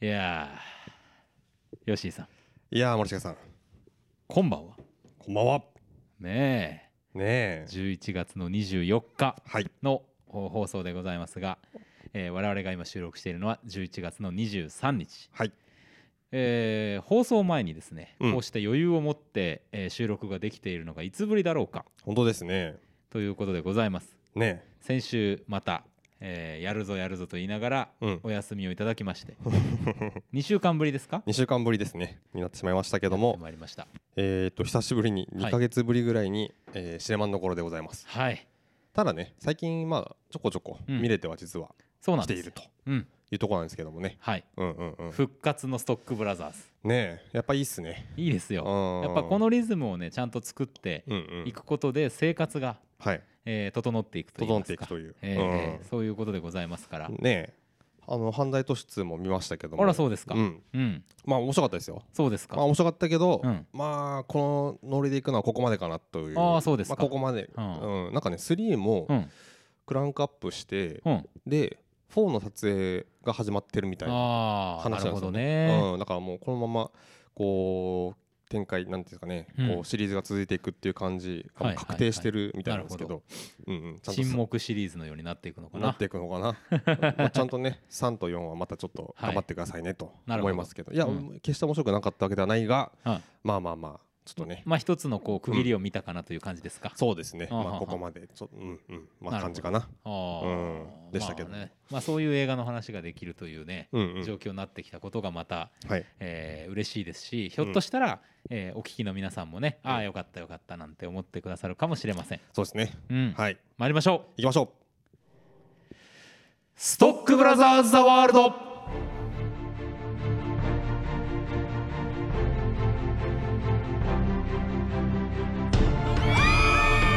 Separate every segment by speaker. Speaker 1: いやー、吉井さん、
Speaker 2: いやー森重さん
Speaker 1: こんばんは。
Speaker 2: こんばんは
Speaker 1: ねえ、
Speaker 2: ねえ
Speaker 1: 11月の24日
Speaker 2: はい
Speaker 1: のお放送でございますが、えー我々が今収録しているのは11月の23日。
Speaker 2: はい
Speaker 1: えー放送前にですね、
Speaker 2: うん
Speaker 1: こうして余裕を持って、えー収録ができているのがいつぶりだろうか
Speaker 2: 本当ですね
Speaker 1: ということでございます。
Speaker 2: ね
Speaker 1: 先週また、えーやるぞやるぞと言いながら
Speaker 2: うん
Speaker 1: お休みをいただきま して、2週間ぶりですか
Speaker 2: え2週間ぶりですねになってしまいましたけども
Speaker 1: 参りました
Speaker 2: えーっと久しぶりに
Speaker 1: はい
Speaker 2: 2ヶ月ぶりぐらいに、えーシネマンの頃でございます
Speaker 1: はい
Speaker 2: ただね最近まあちょこちょこ
Speaker 1: うん
Speaker 2: 見れては実は
Speaker 1: そうな
Speaker 2: 来
Speaker 1: ん
Speaker 2: て
Speaker 1: です
Speaker 2: いると
Speaker 1: うん
Speaker 2: いうところなんですけどもね
Speaker 1: はい、
Speaker 2: うんうんうん
Speaker 1: 復活のストックブラザーズ
Speaker 2: ねえやっぱいいっすね
Speaker 1: いいです
Speaker 2: や
Speaker 1: よやっぱこのリズムをねちゃんと作って
Speaker 2: うんうん
Speaker 1: いくことで生活が、
Speaker 2: はい
Speaker 1: えー整っていくといい
Speaker 2: 整
Speaker 1: ま
Speaker 2: って
Speaker 1: す
Speaker 2: いく
Speaker 1: か
Speaker 2: という、
Speaker 1: えーえーそういうことでございますから、
Speaker 2: うんねえあの犯罪都市2も見ましたけども
Speaker 1: あらそうですか
Speaker 2: うん
Speaker 1: うん
Speaker 2: まあ面白かったですよ
Speaker 1: そうですか、
Speaker 2: まあ面白かったけど、
Speaker 1: うん
Speaker 2: まあこのノリでいくのはここまでかなという
Speaker 1: あーそうですか
Speaker 2: まあ、ここまで、
Speaker 1: う
Speaker 2: うんんなんかね3も
Speaker 1: うん
Speaker 2: クランクアップして、
Speaker 1: うん
Speaker 2: で4の撮影が始まってるみたいな
Speaker 1: ああな
Speaker 2: 話
Speaker 1: る
Speaker 2: な
Speaker 1: ほ
Speaker 2: んです
Speaker 1: ど
Speaker 2: よ
Speaker 1: ね、
Speaker 2: うん、だからもうこのままこう展開なんていうんですかね、
Speaker 1: うん
Speaker 2: こうシリーズが続いていくっていう感じが
Speaker 1: はい
Speaker 2: 確定してるみたいなんですけど,、うんうん、ちゃんと
Speaker 1: 沈黙シリーズのようになっていくのか
Speaker 2: な
Speaker 1: な
Speaker 2: っていくの かなまあちゃんとね3と4はまたちょっと頑張ってくださいねと
Speaker 1: なるほ
Speaker 2: 思
Speaker 1: ど
Speaker 2: いますけど,、いや、
Speaker 1: う
Speaker 2: 決して面白くなかったわけではないが、
Speaker 1: うん
Speaker 2: まあまあまあちょっとね、
Speaker 1: まあ一つのこう区切りを見たかなという感じですか、
Speaker 2: そうですね。
Speaker 1: あはは
Speaker 2: まあここまでちょうんうんま
Speaker 1: なるほ
Speaker 2: あ
Speaker 1: ど
Speaker 2: 感じかな。
Speaker 1: あー
Speaker 2: うんでしたけど
Speaker 1: まあねまあ、そういう映画の話ができるというね、
Speaker 2: うんう
Speaker 1: 状
Speaker 2: ん。
Speaker 1: 況になってきたことがまた、
Speaker 2: はい。
Speaker 1: えー嬉しいですしひょっとしたら、えーお聞きの皆さんもね、ああよかったよかったなんて思ってくださるかもしれません、
Speaker 2: そうですね。
Speaker 1: うん
Speaker 2: はい。
Speaker 1: 参りましょう
Speaker 2: 行きましょ
Speaker 1: ストックブラザーズ・ザ・ワールド
Speaker 2: う。わ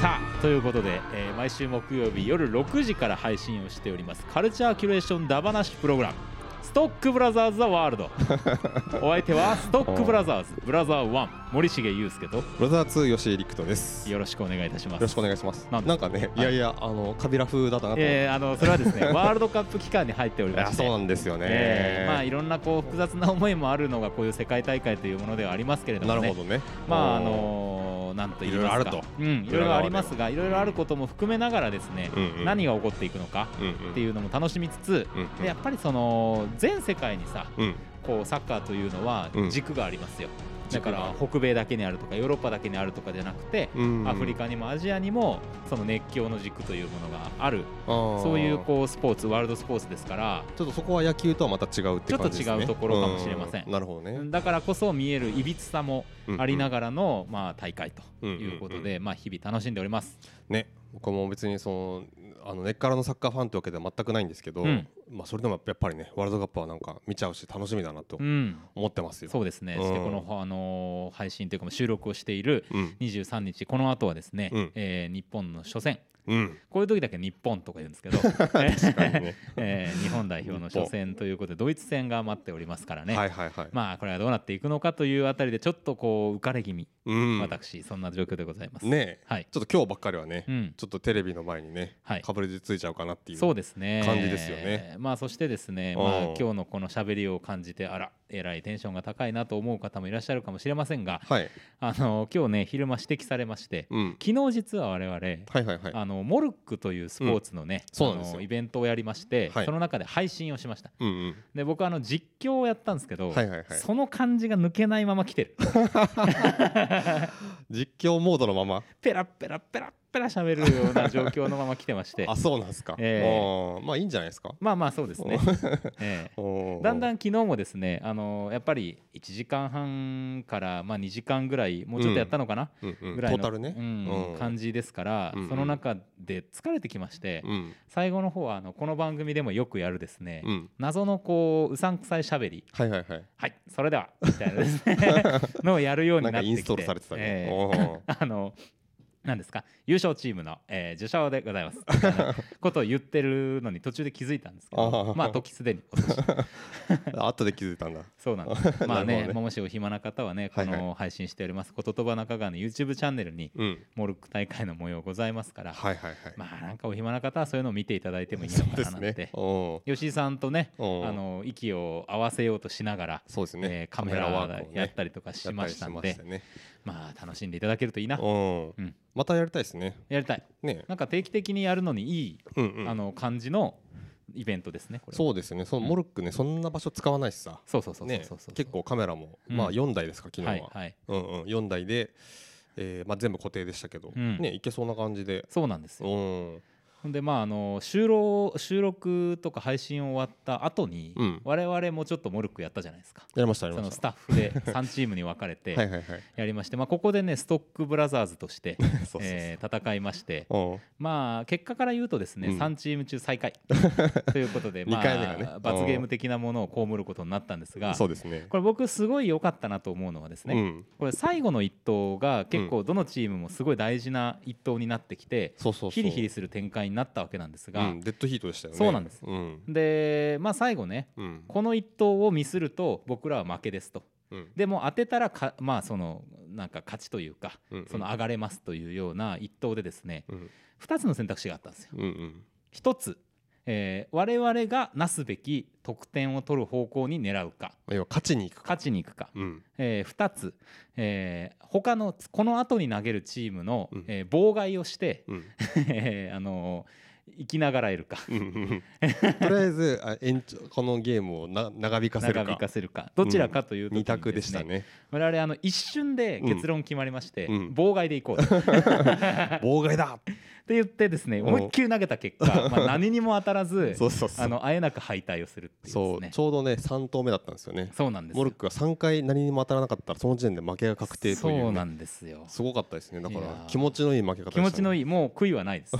Speaker 1: さあということで、えー毎週木曜日夜6時から配信をしておりますカルチャーキュレーションダバなしプログラム「ストックブラザーズ・ザ・ワールド」お相手はストックブラザーズブラザー1森重裕介と
Speaker 2: お。ブラザー2吉井陸斗です。よ
Speaker 1: よろしくお願いいたします
Speaker 2: ろしくお願いします。
Speaker 1: なんで
Speaker 2: なんかね、いやいやあのカビラ風だったなと思って。
Speaker 1: えーあのそれはです ねワールドカップ期間に入っており
Speaker 2: い
Speaker 1: ま
Speaker 2: や
Speaker 1: して
Speaker 2: そうなんですよ
Speaker 1: えーまあ
Speaker 2: ね
Speaker 1: い。ろんなこう複雑な思いもあるのがこういう世界大会というものではありますけれども、
Speaker 2: な
Speaker 1: ね、
Speaker 2: るほどね。
Speaker 1: まああのーなんと言いますか
Speaker 2: いろいろあると
Speaker 1: うん、いろいろありますがいろいろあることも含めながらですね、
Speaker 2: うんうん
Speaker 1: 何が起こっていくのか
Speaker 2: うんうん
Speaker 1: っていうのも楽しみつつ、
Speaker 2: うんうん
Speaker 1: でやっぱりその全世界にさ
Speaker 2: うん
Speaker 1: こうサッカーというのは
Speaker 2: うん
Speaker 1: 軸がありますよ、だ
Speaker 2: 軸
Speaker 1: か
Speaker 2: が
Speaker 1: ら北米だけにあるとかヨーロッパだけにあるとかじゃなくて、
Speaker 2: うんうん
Speaker 1: アフリカにもアジアにもその熱狂の軸というものがある
Speaker 2: そ
Speaker 1: そういうこうスポーツワールドスポーツですから
Speaker 2: ちょっとそこは野球とはまた違うって感じですね。
Speaker 1: ちょっと違うところかもしれません
Speaker 2: うなるほどね。
Speaker 1: だからこそ見えるいびつさもありな
Speaker 2: が
Speaker 1: がらの、まあ、大会ということ
Speaker 2: うんうん
Speaker 1: で、まあ、日々楽しんでおります。
Speaker 2: ね、僕も別にそのあの根っからのサッカーファンというわけでは全くないんですけど、
Speaker 1: うん
Speaker 2: まあ、それでもやっぱりねワールドカップはなんか見ちゃうし楽しみだなと
Speaker 1: うん、
Speaker 2: 思ってますよ。
Speaker 1: そうですね、
Speaker 2: うん
Speaker 1: そしてこの、あのー配信というか収録をしている
Speaker 2: うん
Speaker 1: 23日この後はですね、
Speaker 2: うん
Speaker 1: えー日本の初戦
Speaker 2: うん
Speaker 1: こういう時だけ日本とか言うんですけど、
Speaker 2: 確かにね
Speaker 1: えー日本代表の初戦ということでドイツ戦が待っておりますからね、
Speaker 2: はいはいはい、
Speaker 1: まあこれはどうなっていくのかというあたりでちょっとこう浮かれ気味、
Speaker 2: うん、
Speaker 1: 私そんな状況でございます。
Speaker 2: ねえ
Speaker 1: はい、
Speaker 2: ちょっと今日ばっかりはね、
Speaker 1: うん
Speaker 2: ちょっとテレビの前にね、
Speaker 1: はい
Speaker 2: かぶれてついちゃうかなっていう
Speaker 1: そうですね
Speaker 2: 感じですよね。
Speaker 1: まあそしてですね、
Speaker 2: うん
Speaker 1: まあ、今日のこの喋りを感じてあらえらいテンションが高いなと思う方もいらっしゃるかもしれませんが
Speaker 2: はい、
Speaker 1: あの今日ね昼間指摘されまして
Speaker 2: うん、
Speaker 1: 昨日実は我々、
Speaker 2: はいはいはい
Speaker 1: あのモルックというスポーツのね、
Speaker 2: そう
Speaker 1: あ
Speaker 2: なんです
Speaker 1: の
Speaker 2: よ
Speaker 1: イベントをやりまして、
Speaker 2: はい
Speaker 1: その中で配信をしました
Speaker 2: うんうん
Speaker 1: で僕はあの実況をやったんですけど、
Speaker 2: はいはいはい
Speaker 1: その感じが抜けないまま来てる
Speaker 2: 実況モードのまま
Speaker 1: ペラッペラッペラッペラ喋るような状況のまま来てまして
Speaker 2: あそうなんですか、
Speaker 1: ええ
Speaker 2: あーまあいいんじゃないですか、
Speaker 1: まあまあそうですね、 ええだんだん
Speaker 2: ん
Speaker 1: 昨日もですね、あのやっぱり1時間半から、まあ、2時間ぐらいもうちょっとやったのかな、
Speaker 2: うんうん
Speaker 1: ぐらいの
Speaker 2: トータルね、
Speaker 1: うん
Speaker 2: うん
Speaker 1: 感じですから、
Speaker 2: うんうん
Speaker 1: その中で疲れてきまして、
Speaker 2: うん
Speaker 1: 最後の方はあのこの番組でもよくやるですね、
Speaker 2: うん、
Speaker 1: 謎のこううさんくさいしゃべり
Speaker 2: はいはいはい
Speaker 1: はいそれで はみたいなですねのをやるように
Speaker 2: な
Speaker 1: なんってきて
Speaker 2: かインストールされてたね、
Speaker 1: ええ
Speaker 2: おー
Speaker 1: あのなんですか優勝チームの、えー受賞でございます みたいなことを言ってるのに途中で気づいたんですけ
Speaker 2: あは
Speaker 1: ど
Speaker 2: は
Speaker 1: まあ時すでに遅し
Speaker 2: 後で気づいたんだ
Speaker 1: そうなんです。まあ
Speaker 2: なる
Speaker 1: ね、
Speaker 2: ほどね
Speaker 1: まあもしお暇な方はね、こ
Speaker 2: はいはい
Speaker 1: の配信しております、言葉中川の YouTube チャンネルに、
Speaker 2: うん
Speaker 1: モルック大会の模様ございますから、
Speaker 2: はいはいはい、
Speaker 1: まあなんかお暇な方はそういうのを見ていただいてもいい
Speaker 2: そ
Speaker 1: の
Speaker 2: うで
Speaker 1: か
Speaker 2: す
Speaker 1: ななんて
Speaker 2: ね。うん
Speaker 1: 吉井さんとね、あ
Speaker 2: うん
Speaker 1: の息を合わせようとしながら、
Speaker 2: そうですね、
Speaker 1: えーカメラ
Speaker 2: カメ
Speaker 1: ワ
Speaker 2: ワー
Speaker 1: ー
Speaker 2: クを
Speaker 1: ク
Speaker 2: ね
Speaker 1: やったりとかしましたんで、
Speaker 2: やっりしま
Speaker 1: まあ楽しんでいただけるといいな
Speaker 2: した。ね
Speaker 1: う
Speaker 2: うんんまたやりたいですね
Speaker 1: やりたい。
Speaker 2: ね
Speaker 1: なんか定期的にやるのにいい、
Speaker 2: うんうん
Speaker 1: あの感じのイベントですね。これは
Speaker 2: そうですねそのモルックねそんな場所使わないしさ
Speaker 1: そうそうそうそう
Speaker 2: ね
Speaker 1: そうそう。
Speaker 2: 結構カメラも
Speaker 1: うん
Speaker 2: まあ4台ですか昨
Speaker 1: は
Speaker 2: 日
Speaker 1: い
Speaker 2: は
Speaker 1: はい。
Speaker 2: うんうん4台でえーまあ全部固定でしたけど
Speaker 1: うん
Speaker 2: ねいけそうな感じで
Speaker 1: そうなんですよ
Speaker 2: う。ん
Speaker 1: ほんでまああの収録収録とか配信終わった後に、
Speaker 2: うん
Speaker 1: 我々もちょっとモルックやったじゃないですか
Speaker 2: やりましたや
Speaker 1: そ
Speaker 2: りま
Speaker 1: の
Speaker 2: し
Speaker 1: ス
Speaker 2: た
Speaker 1: タッフで 3チームに分かれ
Speaker 2: はい
Speaker 1: て
Speaker 2: はいはい
Speaker 1: やりまして、まあ、ここでねストックブラザーズとして、
Speaker 2: そうそうそう
Speaker 1: えー戦いまして
Speaker 2: うん
Speaker 1: まあ結果から言うとですね、
Speaker 2: うん
Speaker 1: 3チーム中最 下位ということで、ま
Speaker 2: 二回目がね
Speaker 1: あ、罰ゲーム的なものを被ることになったんですが
Speaker 2: そうですね
Speaker 1: これ僕すごい良かったなと思うのはですね、
Speaker 2: うん
Speaker 1: これ最後の一投が結構どのチームもすごい大事な一投になってきて、
Speaker 2: そうそうそう
Speaker 1: ヒリヒリする展開になったわけなんですが、
Speaker 2: うんデッドヒートでしたよね
Speaker 1: そうなんです
Speaker 2: うん
Speaker 1: でまあ最後ね
Speaker 2: うん
Speaker 1: この一投をミスると僕らは負けですと
Speaker 2: うん
Speaker 1: でも当てたらかまあそのなんか勝ちというか
Speaker 2: うんうん
Speaker 1: その上がれますというような一投でですね
Speaker 2: うん
Speaker 1: 2つの選択肢があったんですよ。
Speaker 2: うんうん
Speaker 1: 一つ、えー我々がなすべき得点を取る方向に狙うか
Speaker 2: まあ要は勝ちに行くか
Speaker 1: 勝ちに行くか、
Speaker 2: うん
Speaker 1: え2つ、えー他のこの後に投げるチームの、
Speaker 2: うん
Speaker 1: えー妨害をして、
Speaker 2: うん
Speaker 1: えーあのー生きながらえるか
Speaker 2: うんうんうんとりあえずあ延長このゲームをな長引かせる
Speaker 1: 長引
Speaker 2: か
Speaker 1: かせるかどちらかというと、
Speaker 2: 二択でしたね
Speaker 1: 我々あの一瞬で結論決まりまして、
Speaker 2: うんうん
Speaker 1: 妨害でいこう とって
Speaker 2: 妨害だ
Speaker 1: 言ってですね
Speaker 2: うん
Speaker 1: 思いっきり投げた結 果、まあ、何にも当たらず
Speaker 2: そうそうそう
Speaker 1: あのあえなく敗退をするっていう
Speaker 2: そ
Speaker 1: です
Speaker 2: う
Speaker 1: ね
Speaker 2: ちょうどね3投目だったんですよね
Speaker 1: そうなんです
Speaker 2: モ
Speaker 1: よ
Speaker 2: ルックが3回何にも当たらなかったらその時点で負けが確定というね、
Speaker 1: そうなんですよ
Speaker 2: すごかったですねだ
Speaker 1: い
Speaker 2: か
Speaker 1: や
Speaker 2: ら
Speaker 1: ー
Speaker 2: 気持ちのいい負け方でした、
Speaker 1: 気
Speaker 2: ね、
Speaker 1: 持ちのいいもう悔いはないです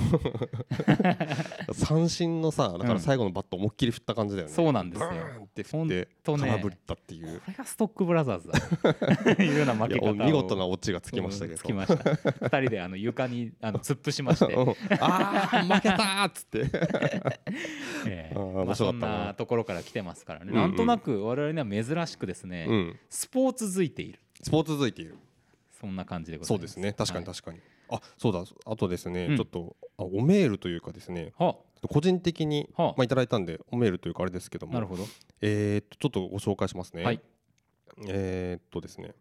Speaker 2: 三振のさだか
Speaker 1: うん
Speaker 2: ら最後のバット思いっきり振った感じだよね、
Speaker 1: そうなんですよ
Speaker 2: バーンって振
Speaker 1: ほ
Speaker 2: っ
Speaker 1: ん
Speaker 2: て
Speaker 1: と
Speaker 2: 空
Speaker 1: ね
Speaker 2: 振ったっていう
Speaker 1: これがストックブラザーズだ いうような負
Speaker 2: い
Speaker 1: け
Speaker 2: や
Speaker 1: 方を
Speaker 2: 見事なオチがつきましたけど、
Speaker 1: つきました2人であの床にあの突っ伏しまして、
Speaker 2: うんあー負けたーっ つって
Speaker 1: ええ
Speaker 2: あー
Speaker 1: まあ、
Speaker 2: 面白
Speaker 1: そ
Speaker 2: か
Speaker 1: ん
Speaker 2: ったな
Speaker 1: なところから来てますからね、
Speaker 2: うんうん
Speaker 1: なんとなく我々には珍しくですね、
Speaker 2: うん
Speaker 1: スポーツづいている
Speaker 2: スポーツ続いている
Speaker 1: そんな感じでござ
Speaker 2: そ
Speaker 1: いうま
Speaker 2: ですすね確かに
Speaker 1: はい
Speaker 2: 確かに、あそうだあとですね、
Speaker 1: うん
Speaker 2: ちょっとあおメールというかですね
Speaker 1: は
Speaker 2: 個人的に、
Speaker 1: はあ
Speaker 2: まあ、いただいたんでおメールというかあれですけど
Speaker 1: あな
Speaker 2: も
Speaker 1: るほど
Speaker 2: えーっとちょっとご紹介しますね。
Speaker 1: はい
Speaker 2: えーっとですね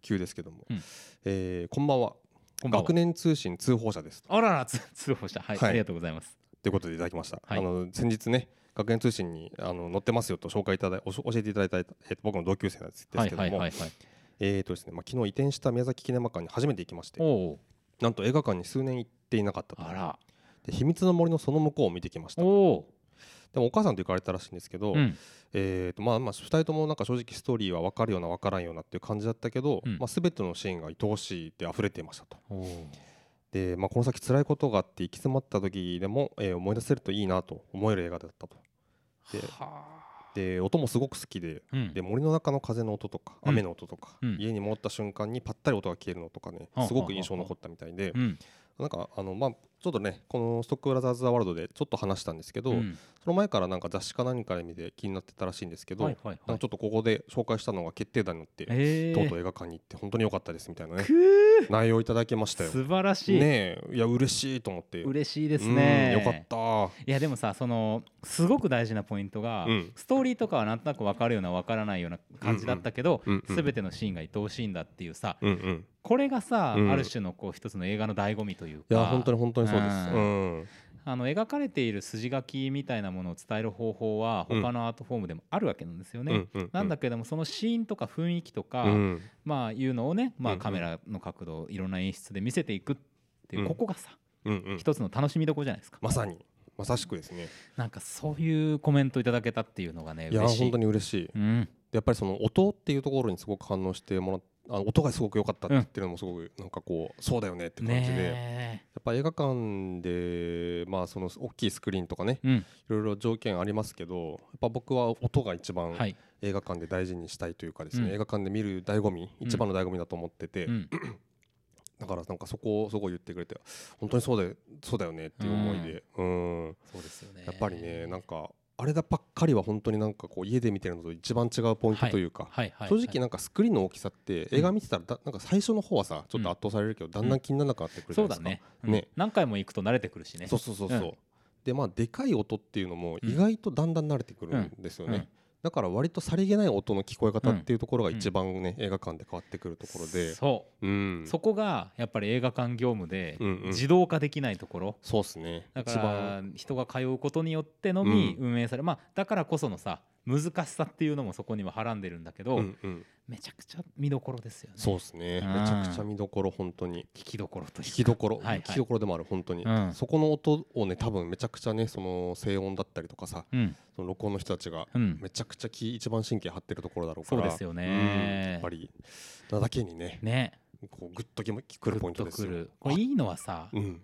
Speaker 2: 急ですけども、
Speaker 1: うん
Speaker 2: えーこんばんは
Speaker 1: こんばんは
Speaker 2: 学年通信通報者ですと
Speaker 1: あららつ通報したはい、
Speaker 2: はい
Speaker 1: ありがとうございます
Speaker 2: ということでいただきました、
Speaker 1: はい
Speaker 2: あの先日ね学年通信にあの載ってますよと紹介いただいおし教えていただいた、えーっと僕の同級生なんですです
Speaker 1: はい
Speaker 2: けども、
Speaker 1: はいはいはい
Speaker 2: えーっとですね、まあ、昨日移転した宮崎記念館に初めて行きまして
Speaker 1: おお
Speaker 2: なんと映画館に数年行っていなかったと
Speaker 1: あら
Speaker 2: で秘密の森のその向こうを見てきました
Speaker 1: お
Speaker 2: で
Speaker 1: お
Speaker 2: もお母さんと行かれたらしいんですけど、
Speaker 1: うん
Speaker 2: えーとまあまあ2人ともなんか正直ストーリーは分かるような分からんようなっていう感じだったけど、
Speaker 1: うん
Speaker 2: まあ、全てのシーンが愛おしいで溢れていましたと
Speaker 1: おお
Speaker 2: で、まあ、この先辛いことがあって行き詰まった時でも、えー思い出せるといいなと思える映画だったとで
Speaker 1: はあ
Speaker 2: で音もすごく好きで
Speaker 1: うん
Speaker 2: で森の中の風の音とか
Speaker 1: うん
Speaker 2: 雨の音とか、
Speaker 1: うん
Speaker 2: 家に戻った瞬間にパッタリ音が消えるのとかね
Speaker 1: はあ
Speaker 2: すごく印象残ったみたいで
Speaker 1: うん
Speaker 2: なんかあのまあちょっとねこの「ストックブラザーズ・ザ・ワールド」でちょっと話したんですけど、
Speaker 1: うん
Speaker 2: その前からなんか雑誌か何かで気になってたらしいんですけど、
Speaker 1: はいはいは
Speaker 2: なんか
Speaker 1: い
Speaker 2: ちょっとここで紹介したのが決定打になって、
Speaker 1: ええ
Speaker 2: とうとう映画館に行って本当に良かったですみたいなね
Speaker 1: くー
Speaker 2: 内容いただきましたよ。
Speaker 1: 素晴らしい、
Speaker 2: ねえいや嬉しいと思って
Speaker 1: 嬉しいです
Speaker 2: う
Speaker 1: ね
Speaker 2: んよかった
Speaker 1: いやでもさそのすごく大事なポイントが、
Speaker 2: うん
Speaker 1: ストーリーとかはなんとなく分かるような分からないような感じだったけど、
Speaker 2: うんうんうんうん
Speaker 1: 全てのシーンが愛おしいんだっていうさ
Speaker 2: うんうん
Speaker 1: これがさ、
Speaker 2: うん
Speaker 1: ある種のこう一つの映画の醍醐味というか
Speaker 2: いや本当に本当にそうです
Speaker 1: う
Speaker 2: うんん、
Speaker 1: あの描かれている筋書きみたいなものを伝える方法は
Speaker 2: うん
Speaker 1: 他のアートフォームでもあるわけなんですよね。
Speaker 2: うんうん
Speaker 1: なんだけどもそのシーンとか雰囲気とか、
Speaker 2: うん
Speaker 1: まあいうのをね、ま
Speaker 2: う
Speaker 1: あ、
Speaker 2: んうん
Speaker 1: カメラの角度いろんな演出で見せていくっていう、
Speaker 2: うん
Speaker 1: ここがさ
Speaker 2: うんうん
Speaker 1: 一つの楽しみどころじゃないですか。
Speaker 2: まさにまさしくですね
Speaker 1: なんかそういうコメントいただけたっていうのがね
Speaker 2: いや
Speaker 1: 嬉しい。
Speaker 2: 本当に嬉しいで
Speaker 1: うん
Speaker 2: やっぱりその音っていうところにすごく反応してもらっあの音がすごく良かったって言ってるのもすごくなんかこうそうだよねって感じで、
Speaker 1: ね
Speaker 2: やっぱ映画館でまあその大きいスクリーンとかね
Speaker 1: えうん
Speaker 2: いろいろ条件ありますけどやっぱ僕は音が一番
Speaker 1: はい、
Speaker 2: 映画館で大事にしたいというかですね、
Speaker 1: うん
Speaker 2: 映画館で見る醍醐味
Speaker 1: うん
Speaker 2: 一番の醍醐味だと思ってて、
Speaker 1: うん、
Speaker 2: だからなんかそこをすごい言ってくれて本当にそうだよそうだよねっていう思いでうん
Speaker 1: そうですよね
Speaker 2: やっぱりねなんかあれだばっかりは本当になんかこう家で見てるのと一番違うポイントというか、
Speaker 1: はいはい
Speaker 2: 正直なんかスクリーンの大きさって映画見てたらだなんか最初の方はさちょっと圧倒されるけどだんだん気にならなくなってくるじゃ
Speaker 1: そう
Speaker 2: ない
Speaker 1: だ
Speaker 2: ですか、
Speaker 1: ね,、うん
Speaker 2: ね
Speaker 1: 何回も行くと慣れてくるしね
Speaker 2: そうそうそうそう、
Speaker 1: うん
Speaker 2: でまあでかい音っていうのも
Speaker 1: うん
Speaker 2: 意外とだんだん慣れてくるんですよね、
Speaker 1: うん
Speaker 2: だから割とさりげない音の聞こえ方っていうところが一番ね、映画館で変わってくるところで
Speaker 1: そううんそこがやっぱり映画館業務で
Speaker 2: うんうん
Speaker 1: 自動化できないところ、
Speaker 2: そうですね
Speaker 1: だ
Speaker 2: 一
Speaker 1: か
Speaker 2: 番
Speaker 1: ら人が通うことによってのみ
Speaker 2: う
Speaker 1: 運営される、まあだからこそのさ難しさっていうのもそこにははらんでるんだけど、
Speaker 2: うんうん
Speaker 1: めちゃくちゃ見どころですよね
Speaker 2: そうですねめ
Speaker 1: うん
Speaker 2: ちゃくちゃ見どころ本当に
Speaker 1: 聞きどころというか
Speaker 2: 聞きどころ、
Speaker 1: はいはい
Speaker 2: 聞きどころでもある本当に、
Speaker 1: うん
Speaker 2: そこの音をね多分めちゃくちゃねその静音だったりとかさ
Speaker 1: うん
Speaker 2: その録音の人たちが
Speaker 1: うん
Speaker 2: めちゃくちゃき一番神経張ってるところだろうから
Speaker 1: そうですよね
Speaker 2: うんやっぱりなだけにね
Speaker 1: ね
Speaker 2: こうグッときもくるポイントですよ
Speaker 1: グッとくるこれいいのはさ
Speaker 2: うん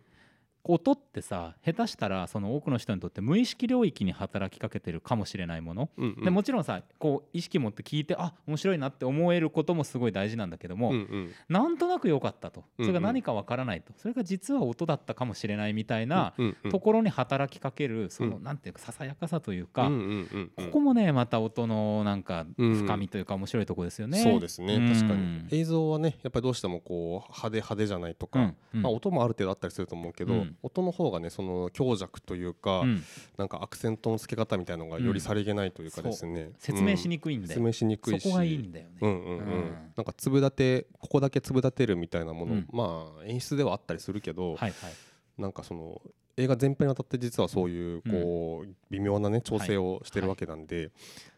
Speaker 1: 音ってさ下手したらその多くの人にとって無意識領域に働きかけてるかもしれないもの、
Speaker 2: うんうん
Speaker 1: でもちろんさこう意識持って聞いてあ面白いなって思えることもすごい大事なんだけども、
Speaker 2: うんうん
Speaker 1: なんとなく良かったとそれが
Speaker 2: うんうん
Speaker 1: 何かわからないと、それが実は音だったかもしれないみたいな
Speaker 2: うんうん
Speaker 1: ところに働きかけるその、
Speaker 2: うん
Speaker 1: なんていうかささやかさというか、
Speaker 2: うんうんう
Speaker 1: こ
Speaker 2: んうん
Speaker 1: こもねまた音のなんか
Speaker 2: うん
Speaker 1: 深みというか面白いとこですよね。
Speaker 2: そうですね
Speaker 1: うん
Speaker 2: 確かに映像はねやっぱりどうしてもこう派手派手じゃないと
Speaker 1: う
Speaker 2: か
Speaker 1: んうん
Speaker 2: まあ音もある程度あったりすると思うけ
Speaker 1: う
Speaker 2: ど
Speaker 1: ん
Speaker 2: 音の方がねその強弱というか
Speaker 1: うん
Speaker 2: なんかアクセントの付け方みたいなのがよりさりげないというかですね、
Speaker 1: 説明し
Speaker 2: に
Speaker 1: にくいんで、
Speaker 2: 説明しにくいし
Speaker 1: そこがいいんだよね。
Speaker 2: うんうんうん
Speaker 1: うん
Speaker 2: なんか粒立てここだけ粒立てるみたいなもの、
Speaker 1: うん
Speaker 2: まあ演出ではあったりするけ
Speaker 1: は
Speaker 2: ど、
Speaker 1: いはい
Speaker 2: なんかその映画全編にわたって実はそういうこう、微妙なね調整をしてるわけなんで、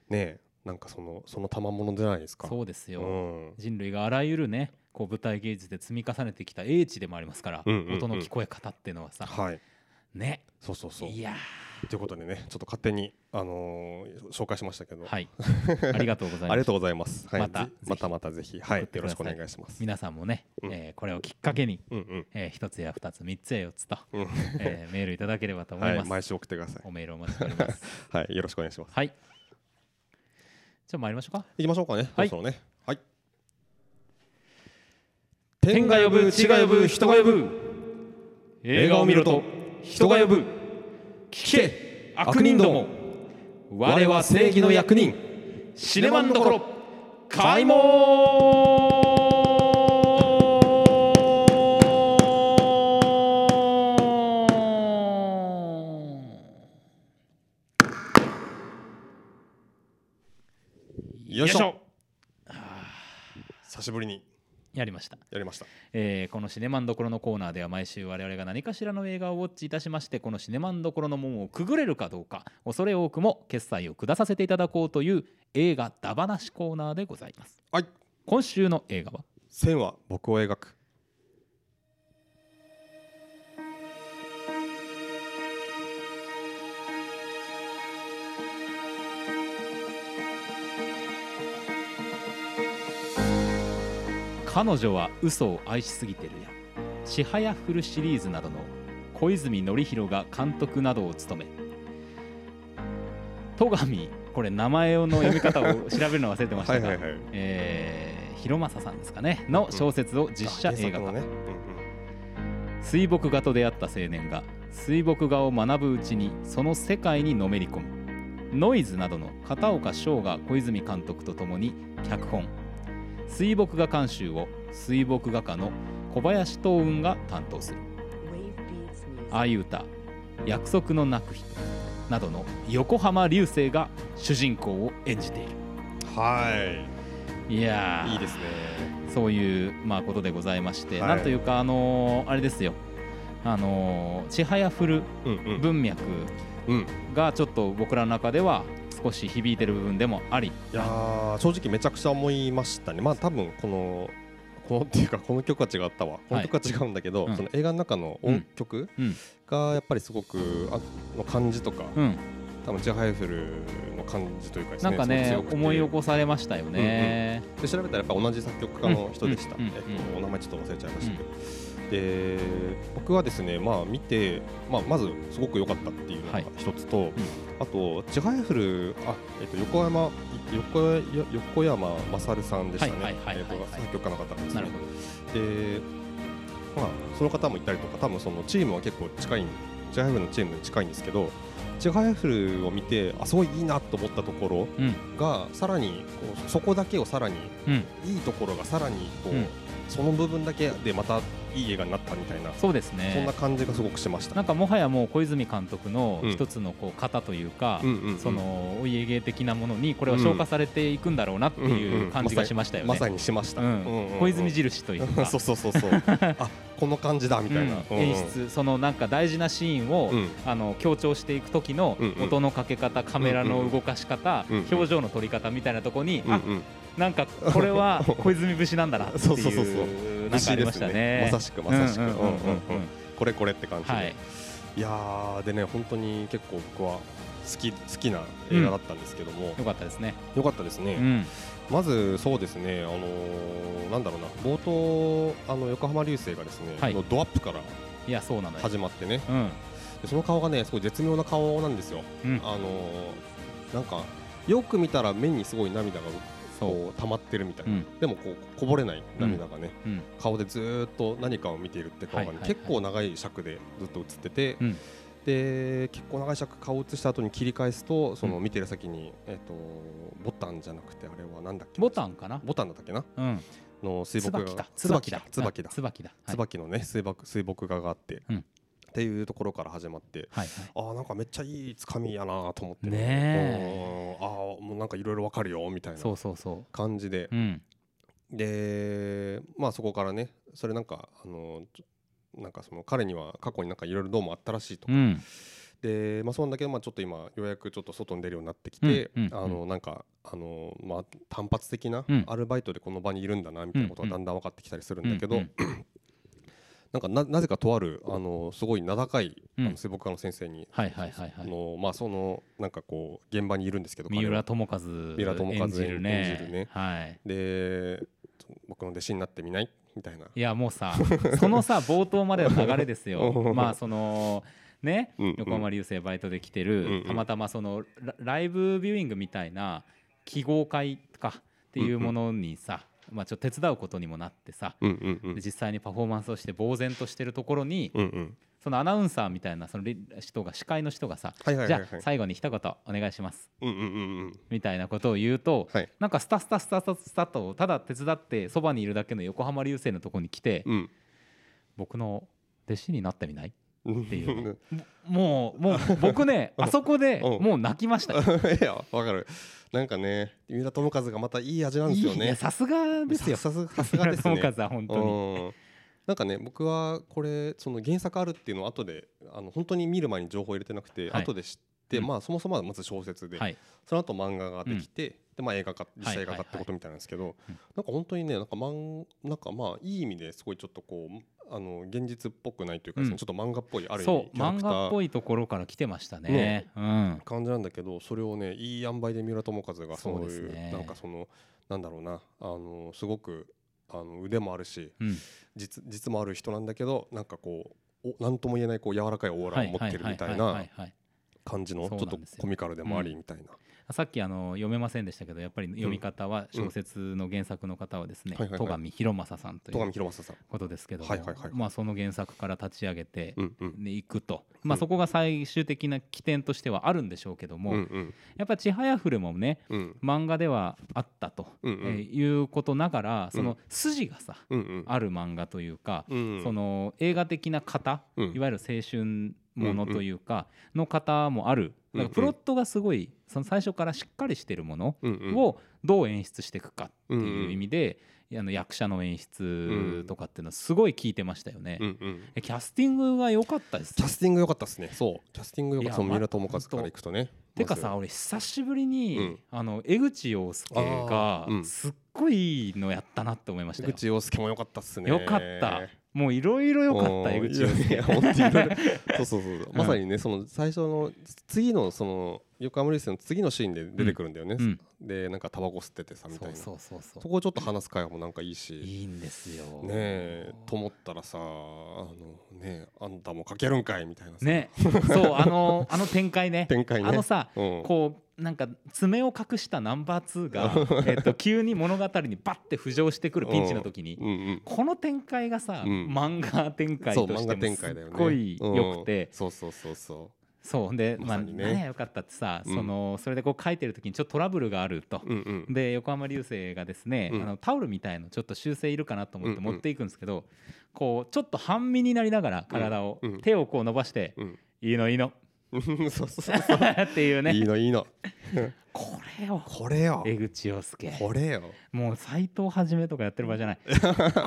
Speaker 2: ねえなんかそのその賜物じゃないですか。
Speaker 1: そうですよ、
Speaker 2: うん
Speaker 1: 人類があらゆるねこう舞台芸術で積み重ねてきた英知でもありますから、
Speaker 2: うんうんうん
Speaker 1: 音の聞こえ方っていうのはさ、
Speaker 2: はい、
Speaker 1: ね
Speaker 2: そうそうそう
Speaker 1: いや
Speaker 2: ということでねちょっと勝手に、あのー紹介しましたけど、
Speaker 1: ー はいありがとうござい
Speaker 2: あ
Speaker 1: ま
Speaker 2: り
Speaker 1: す
Speaker 2: がとうございます、はい、
Speaker 1: また
Speaker 2: ぜまたまたぜひ、はい、
Speaker 1: 送って
Speaker 2: よ
Speaker 1: く
Speaker 2: ろ
Speaker 1: だ
Speaker 2: し
Speaker 1: さ
Speaker 2: く
Speaker 1: い
Speaker 2: お願いします。
Speaker 1: 皆さんもね、
Speaker 2: うん
Speaker 1: えーこれをきっかけに、
Speaker 2: うんうん
Speaker 1: えー、一つや二つ三つや四つと、
Speaker 2: うん
Speaker 1: えーメールいただければと思い
Speaker 2: は
Speaker 1: ま
Speaker 2: い、
Speaker 1: す、
Speaker 2: 毎週送ってください。
Speaker 1: おメールお待ちしております
Speaker 2: はい、よろしくお願いします。
Speaker 1: はいじゃあ参りましょうか
Speaker 2: 行きましょうかね。
Speaker 1: はい
Speaker 2: そろそろね。はい。
Speaker 1: 天が呼ぶ地が呼ぶ人が呼ぶ映画を見ろと人が呼ぶ聞け悪人ども我は正義の役人シネマンどころ開門
Speaker 2: よいしょ。久しぶりに
Speaker 1: やりました
Speaker 2: やりました。
Speaker 1: えーこのシネマンどころのコーナーでは毎週我々が何かしらの映画をウォッチいたしましてこのシネマンどころの門をくぐれるかどうか恐れ多くも決済を下させていただこうという映画だばなしコーナーでございます
Speaker 2: はい。
Speaker 1: 今週の映画は
Speaker 2: 線は僕を描く。
Speaker 1: 彼女は嘘を愛しすぎてるや「ちはやふる」シリーズなどの小泉紀弘が監督などを務め戸上これ名前の読み方を調べるの忘れてましたが
Speaker 2: い。
Speaker 1: えー広政さんですかねの小説を実写
Speaker 2: あ
Speaker 1: 映画
Speaker 2: 原作の
Speaker 1: 化、
Speaker 2: ね。
Speaker 1: 水墨画と出会った青年が水墨画を学ぶうちにその世界にのめり込むノイズなどの片岡翔が小泉監督とともに脚本水墨画監修を水墨画家の小林東雲が担当する
Speaker 3: Wave Beats Music.
Speaker 1: 愛歌約束のなく日などの横浜流星が主人公を演じている
Speaker 2: うんうんはい
Speaker 1: やー
Speaker 2: い。いいですね。
Speaker 1: そういう、まあ、ことでございまして、
Speaker 2: はい
Speaker 1: なんというか、あのーあれですよ、あのー、ちはやふる
Speaker 2: うん
Speaker 1: 文脈
Speaker 2: うん。うん。い
Speaker 1: がちょっと僕らの中では少し響いてる部分でもあり、
Speaker 2: やー正直めちゃくちゃ思いましたね。まあ多分この。このっていうかこの曲は違ったわこの曲は違うんだけど、
Speaker 1: うん
Speaker 2: その映画の中の音曲
Speaker 1: うん
Speaker 2: がやっぱりすごくあの感じとか、
Speaker 1: うん、
Speaker 2: 多分ジャハイフルの感じというかです
Speaker 1: な
Speaker 2: ね
Speaker 1: んか
Speaker 2: す
Speaker 1: ね
Speaker 2: ごく強くて
Speaker 1: 思い起こされましたよね。
Speaker 2: で調べたらやっぱ同じ作曲家の人でした、
Speaker 1: うんうんうん
Speaker 2: えっと、お名前ちょっと忘れちゃいましたけど、で僕はですね、まあ、見て、まあ、まずすごく良かったっていうの
Speaker 1: は
Speaker 2: が
Speaker 1: い
Speaker 2: 一つと、あと「ちはやふる」あ、えっと、横山横や横山勝さんでしたね、
Speaker 1: はいはいはいはい
Speaker 2: えっと、作曲家の方です
Speaker 1: な
Speaker 2: ね
Speaker 1: るほど、
Speaker 2: でまあ、その方もいたりとか多分そのチームは結構近いチハイフルのチームに近いんですけどチハイフルを見てあすごいいいなと思ったところ
Speaker 1: うん
Speaker 2: がさらにこうそこだけをさらに
Speaker 1: うん
Speaker 2: いいところがさらにこう、
Speaker 1: うん
Speaker 2: その部分だけでまたいい映画になったみたいな、
Speaker 1: そうです
Speaker 2: そん
Speaker 1: ね
Speaker 2: な感じがすごくしました。
Speaker 1: なんかもはやもう小泉監督の
Speaker 2: うん
Speaker 1: 一つのこう型というか、
Speaker 2: うんうんうん
Speaker 1: そのお家芸的なものにこれは消化されていくんだろうなって
Speaker 2: ん
Speaker 1: い
Speaker 2: ん
Speaker 1: う感じがしましたよ
Speaker 2: ま
Speaker 1: ね
Speaker 2: さ。にしました。
Speaker 1: う
Speaker 2: うん
Speaker 1: ん
Speaker 2: うんうん
Speaker 1: 小泉印というか
Speaker 2: そうそうそう そう。あこの感じだみたい
Speaker 1: う
Speaker 2: な、うん
Speaker 1: ん
Speaker 2: うん
Speaker 1: 演出そのなんか大事なシーンを、
Speaker 2: うん
Speaker 1: あの強調していく時の
Speaker 2: うんうん
Speaker 1: 音のかけ方、カメラの動かし方、
Speaker 2: うんうん
Speaker 1: 表情の撮り方みたいなところに、
Speaker 2: うんう
Speaker 1: あ
Speaker 2: ん。
Speaker 1: なんかこれ は小泉節なんだなっていう
Speaker 2: そうそうそうそう
Speaker 1: なんかありましたね。
Speaker 2: 節ですねまさしくまさしく
Speaker 1: うんうんうんうん
Speaker 2: うんうんうんこれこれって感じで。
Speaker 1: はいい、
Speaker 2: やーでね本当に結構僕は好き好きな映画だったんですけども、
Speaker 1: よかったですね。
Speaker 2: よかったですね。
Speaker 1: うん
Speaker 2: まずそうですね、あのーなんだろうな、冒頭、あの横浜流星がですね、
Speaker 1: はい
Speaker 2: のドアップから
Speaker 1: いやそうなのよ。
Speaker 2: 始まってね、
Speaker 1: うん
Speaker 2: でその顔がね、すごい絶妙な顔なんですよ、
Speaker 1: うん
Speaker 2: あのーなんか、よく見たら目にすごい涙が
Speaker 1: そう
Speaker 2: こう溜まってるみたいな、
Speaker 1: うん
Speaker 2: でもこうこぼれない涙がね、
Speaker 1: うん
Speaker 2: 顔でずーっと何かを見ているって顔が、ね
Speaker 1: はいはいはい
Speaker 2: 結構長い尺でずっと映ってて、
Speaker 1: うん
Speaker 2: で結構長い尺顔を映した後に切り返すと、その
Speaker 1: うん
Speaker 2: 見てる先に、えっとボタンじゃなくて、あれはなんだっけ
Speaker 1: ボタンかな。
Speaker 2: ボタンだったっけな
Speaker 1: うん。
Speaker 2: の水墨画
Speaker 1: 椿だ
Speaker 2: が。
Speaker 1: 椿だ
Speaker 2: 椿だ
Speaker 1: あ椿だはい
Speaker 2: 椿のね水墨水墨画があって、
Speaker 1: うん
Speaker 2: っていうところから始まって
Speaker 1: はいはい。
Speaker 2: あーなんかめっちゃいいつかみやなと思って
Speaker 1: ねえ。
Speaker 2: うんあーもうなんかいろいろわかるよみたいな
Speaker 1: そうそうそ
Speaker 2: 感じで
Speaker 1: う。うん
Speaker 2: でまあそこからねそれなんかあのちょなんかその彼には過去になんかいろいろどうもあったらしいと
Speaker 1: う
Speaker 2: か、
Speaker 1: ん
Speaker 2: でまあそうなんだけどまあちょっと今ようやくちょっと外に出るようになってきて、
Speaker 1: うんうん
Speaker 2: あのなんかあのまあ単発的な
Speaker 1: うん
Speaker 2: アルバイトでこの場にいるんだなみたいなことがだんだん分かってきたりするんだけど、
Speaker 1: うんうん
Speaker 2: なんかななぜかとあるあのすごい名高い、
Speaker 1: うん
Speaker 2: あの水墨画の先生に、
Speaker 1: はいはいはいはい。
Speaker 2: のまあそのなんかこう現場にいるんですけど
Speaker 1: 三
Speaker 2: 彼
Speaker 1: 浦
Speaker 2: は
Speaker 1: 友和
Speaker 2: 三浦友和
Speaker 1: 演じるね
Speaker 2: 演じるね
Speaker 1: はい
Speaker 2: で僕の弟子になってみないみたいな。
Speaker 1: いやもうさその さ冒頭までの流れですよまあそのね
Speaker 2: うんうん
Speaker 1: 横浜流星バイトで来て
Speaker 2: うんう
Speaker 1: る
Speaker 2: ん
Speaker 1: たまたまそのラライブビューイングみたいな記号会とかっていうものにさまあちょっと手伝うことにもなってさ
Speaker 2: うんうんうん
Speaker 1: で実際にパフォーマンスをして呆然としてるところに
Speaker 2: うんうん
Speaker 1: そのアナウンサーみたいなそのリ人が司会の人がさ
Speaker 2: はいはい
Speaker 1: じ
Speaker 2: はいは
Speaker 1: ゃ
Speaker 2: い
Speaker 1: あ最後に一言お願いします
Speaker 2: うんうんうんうん
Speaker 1: みたいなことを言うと、
Speaker 2: はい
Speaker 1: なんかスタスタスタスタスタとただ手伝ってそばにいるだけの横浜流星のとこに来て、
Speaker 2: うん
Speaker 1: 僕の弟子になってみない
Speaker 2: うん
Speaker 1: っていうねもうも う僕ねあそこで
Speaker 2: うん
Speaker 1: もう泣きましたよ
Speaker 2: いやわかるなんかね三浦友和がまたいい味なんですよ
Speaker 1: いい
Speaker 2: ね
Speaker 1: やさすがですよ
Speaker 2: さすさすがですね
Speaker 1: 村友和は本当に、
Speaker 2: うんなんかね僕はこれその原作あるっていうのを後であの本当に見る前に情報入れてなくて、
Speaker 1: はい
Speaker 2: 後で知って、
Speaker 1: うん
Speaker 2: まあそもそもはまず小説で、
Speaker 1: はい
Speaker 2: その後漫画ができて、でまあ映画化実写映画化ってことみたいなんですけど、
Speaker 1: いはい
Speaker 2: なんか本当にねなんか漫なんかまあいい意味ですごいちょっとこうあの現実っぽくないというかですね、
Speaker 1: うん
Speaker 2: ちょっと漫画っぽいある意味
Speaker 1: そう
Speaker 2: キャラク
Speaker 1: 漫
Speaker 2: ター
Speaker 1: 画っぽいところから来てましたね
Speaker 2: ね
Speaker 1: うん
Speaker 2: 感じなんだけどそれをねいい塩梅で三浦友和がそう
Speaker 1: そうで
Speaker 2: い
Speaker 1: す
Speaker 2: う
Speaker 1: ね
Speaker 2: なんかそのなんだろうなあのすごくあの腕もあるし
Speaker 1: うん
Speaker 2: 実実もある人なんだけどなんかこうおなんとも言えないこう柔らかいオーラを持ってるみた
Speaker 1: は
Speaker 2: い
Speaker 1: はは
Speaker 2: な
Speaker 1: ははい
Speaker 2: 感じのち
Speaker 1: そ
Speaker 2: ょっ
Speaker 1: うな
Speaker 2: と
Speaker 1: んですよ
Speaker 2: コミカルでもありみたいな。
Speaker 1: さっきあの読めませんでしたけどやっぱり読み方は小説の原作の方はですね
Speaker 2: うんはいはいは
Speaker 1: 戸
Speaker 2: い
Speaker 1: 上博正さんとい
Speaker 2: 戸上
Speaker 1: う
Speaker 2: 博正さん、
Speaker 1: ことですけども
Speaker 2: はいはいはい
Speaker 1: まあその原作から立ち上げて
Speaker 2: うんうん
Speaker 1: で行くと、まあ、そこが最終的な起点としてはあるんでしょうけども、
Speaker 2: うんうん
Speaker 1: やっぱ「ちはやふる」もね
Speaker 2: うん
Speaker 1: 漫画ではあったと、
Speaker 2: うん
Speaker 1: え
Speaker 2: う
Speaker 1: ー
Speaker 2: ん
Speaker 1: いうことながらそ
Speaker 2: うん
Speaker 1: の筋がさ、
Speaker 2: うんうん
Speaker 1: ある漫画というか、
Speaker 2: うん
Speaker 1: その映画的な型、
Speaker 2: うん
Speaker 1: いわゆる青春ものというか、の型もあるだからプロットがすごいその最初からしっかりしてるもの
Speaker 2: うんうん
Speaker 1: をどう演出していくかっていう意味で、あの役者の演出とかっていうのはすごい聞いてましたよね。
Speaker 2: うんうん
Speaker 1: えキャスティングが良かったです
Speaker 2: キャスティング良かったですね。そうキャスティング良かった。
Speaker 1: いや
Speaker 2: その
Speaker 1: ま
Speaker 2: 三浦友和からいくとね。
Speaker 1: てか
Speaker 2: ま
Speaker 1: さ
Speaker 2: ず
Speaker 1: 俺久しぶりに、
Speaker 2: うん
Speaker 1: あの江口洋介が
Speaker 2: あーうん
Speaker 1: すっごいいいのやったなって思いましたよ
Speaker 2: 江。口洋介も良かったっすね。
Speaker 1: よかったもういろいろよかった江口
Speaker 2: 洋
Speaker 1: 洋介。
Speaker 2: 介。本当に いろいろそうそうそうそう。まさにねその最初の次のその横浜流星の次のシーンで出てくるんだよね。
Speaker 1: うん
Speaker 2: でなんかタバコ吸っててさみた
Speaker 1: そ
Speaker 2: いうな。
Speaker 1: そうそうそう
Speaker 2: そこをちょっと話す会話もなんかいいし。
Speaker 1: いいんですよ。
Speaker 2: ねえと思ったらさあのねえあん たもかけるんかいみたいなさ
Speaker 1: ねそうあのあの展開ね
Speaker 2: 展開ね
Speaker 1: あのさ
Speaker 2: うん
Speaker 1: こうなんか爪を隠したナンバー2がえっと急に物語にバッて浮上してくるピンチの時に、
Speaker 2: うんうん
Speaker 1: この展開がさ、
Speaker 2: うん
Speaker 1: 漫画展開
Speaker 2: そう
Speaker 1: として
Speaker 2: 漫画
Speaker 1: も
Speaker 2: 展
Speaker 1: すっ
Speaker 2: 開だよね
Speaker 1: ごい良くて、
Speaker 2: うんそうそうそうそ
Speaker 1: そうで、ま
Speaker 2: ま
Speaker 1: あ
Speaker 2: さにね
Speaker 1: 何が良かったってさ、
Speaker 2: うん
Speaker 1: そのそれでこう書いてる時にちょっとトラブルがあると
Speaker 2: う、うんうん
Speaker 1: で横浜流星がですね、
Speaker 2: うん
Speaker 1: あのタオルみたいのちょっと修正いるかなと思っ
Speaker 2: うん
Speaker 1: て
Speaker 2: うん
Speaker 1: 持っていくんですけど、こうちょっと半身になりながら体を、
Speaker 2: うんうん
Speaker 1: 手をこう伸ばして
Speaker 2: うん
Speaker 1: 「いいのいいの」
Speaker 2: うん そうそうそう
Speaker 1: っていう ね
Speaker 2: いいのいいの
Speaker 1: これを
Speaker 2: これよ
Speaker 1: 江口洋介
Speaker 2: これよ
Speaker 1: もう斎藤はじめとかやってる場合じゃ ない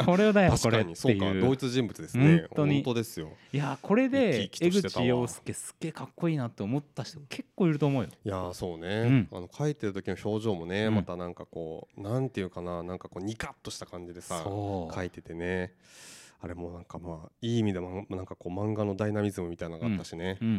Speaker 1: これだよこ
Speaker 2: 確
Speaker 1: れ
Speaker 2: か
Speaker 1: っ
Speaker 2: に
Speaker 1: て
Speaker 2: そうか
Speaker 1: いう
Speaker 2: 同一人物ですね
Speaker 1: 本当に
Speaker 2: ですよ
Speaker 1: いやこれで
Speaker 2: 生き
Speaker 1: 江
Speaker 2: 生きとして
Speaker 1: 口
Speaker 2: たわ
Speaker 1: 洋介すっげえかっこいいなって思った人結構いると思うよ。
Speaker 2: いやーそうね、
Speaker 1: う
Speaker 2: あの書いてる時の表情もね、
Speaker 1: うん
Speaker 2: またなんかこうなんていうかななんかこうニカッとした感じでさ
Speaker 1: そう
Speaker 2: 書いててねあれもなんかまあいい意味でもなんかこう漫画のダイナミズムみたいなのがあったしね、
Speaker 1: うん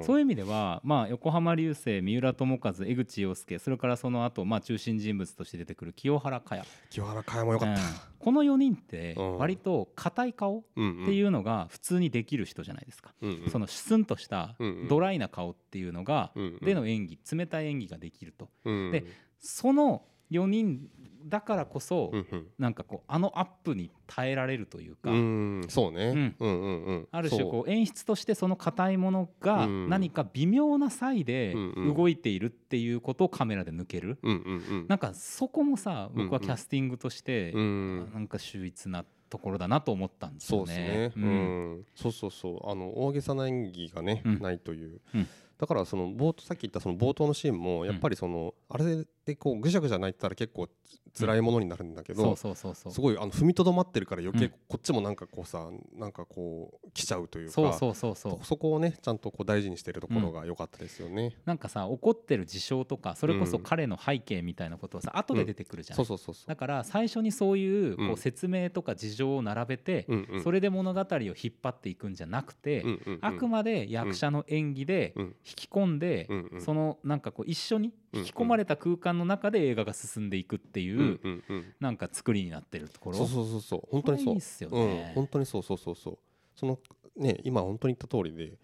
Speaker 2: ん
Speaker 1: そういう意味では、まあ、横浜流星三浦友和江口洋介それからその後、まあ中心人物として出てくる清原果耶、
Speaker 2: 清原かやもよか
Speaker 1: う
Speaker 2: っ
Speaker 1: ん
Speaker 2: た、
Speaker 1: この4人って
Speaker 2: うん
Speaker 1: 割と硬い顔
Speaker 2: うんうん、、
Speaker 1: っていううのが普通にできる人じゃないですか、
Speaker 2: んうん、
Speaker 1: そのシュスンとした
Speaker 2: うんうん
Speaker 1: ドライな顔っていうのが、
Speaker 2: うんうん
Speaker 1: での演技冷たい演技ができると
Speaker 2: うん
Speaker 1: でその4人だからこそ、
Speaker 2: うんうん
Speaker 1: なんかこうあのアップに耐えられるというか、
Speaker 2: うんそうね、うん、うんうん
Speaker 1: ある種こう演出としてその硬いものが
Speaker 2: うん
Speaker 1: 何か微妙な際で
Speaker 2: うんうん
Speaker 1: 動いているっていうことをカメラで抜ける
Speaker 2: ううんうんうん
Speaker 1: なんかそこもさ
Speaker 2: うんうん
Speaker 1: 僕はキャスティングとして
Speaker 2: うん
Speaker 1: なんか秀逸なところだなと思ったんです
Speaker 2: そう
Speaker 1: よ
Speaker 2: ですね
Speaker 1: ね。。
Speaker 2: う
Speaker 1: うん
Speaker 2: ん、そうそうそう、あの大げさな演技がね、
Speaker 1: うん
Speaker 2: ないという
Speaker 1: うん。
Speaker 2: だからその冒頭さっき言ったその冒頭のシーンもやっぱりその、あれでこうぐしゃぐしゃ泣いてたら結構つ辛いものになるんだけど、
Speaker 1: そうそうそうそう
Speaker 2: すごいあの踏みとどまってるから余計
Speaker 1: うん
Speaker 2: こっちもなんかこうさ、なんかこう来ちゃうというか
Speaker 1: そうそうそうそう
Speaker 2: そそこをねちゃんとこう大事にしてるところが良かったですよね。
Speaker 1: なんかさ怒ってる事象とかそれこそ
Speaker 2: うん
Speaker 1: 彼の背景みたいなことはさ後で出てくるじゃん
Speaker 2: そう。そうそうそう
Speaker 1: だ。から最初にそういうこ
Speaker 2: う
Speaker 1: うん説明とか事情を並べて
Speaker 2: うんうん
Speaker 1: それで物語を引っ張っていくんじゃなくて、
Speaker 2: うんうんうん
Speaker 1: あくまで役者の演技で
Speaker 2: うん
Speaker 1: 引き込んで、
Speaker 2: うんうん
Speaker 1: そのなんかこう一緒に引き込まれた空間の中で映画が進んでいくっていう、
Speaker 2: うんうんうん
Speaker 1: なんか作りになってるところ
Speaker 2: そうそうそうそう本当
Speaker 1: こ
Speaker 2: にそ
Speaker 1: れ
Speaker 2: う
Speaker 1: いいっすよね
Speaker 2: うん、本当にそうそうそうそうそのね今本当に言った通りで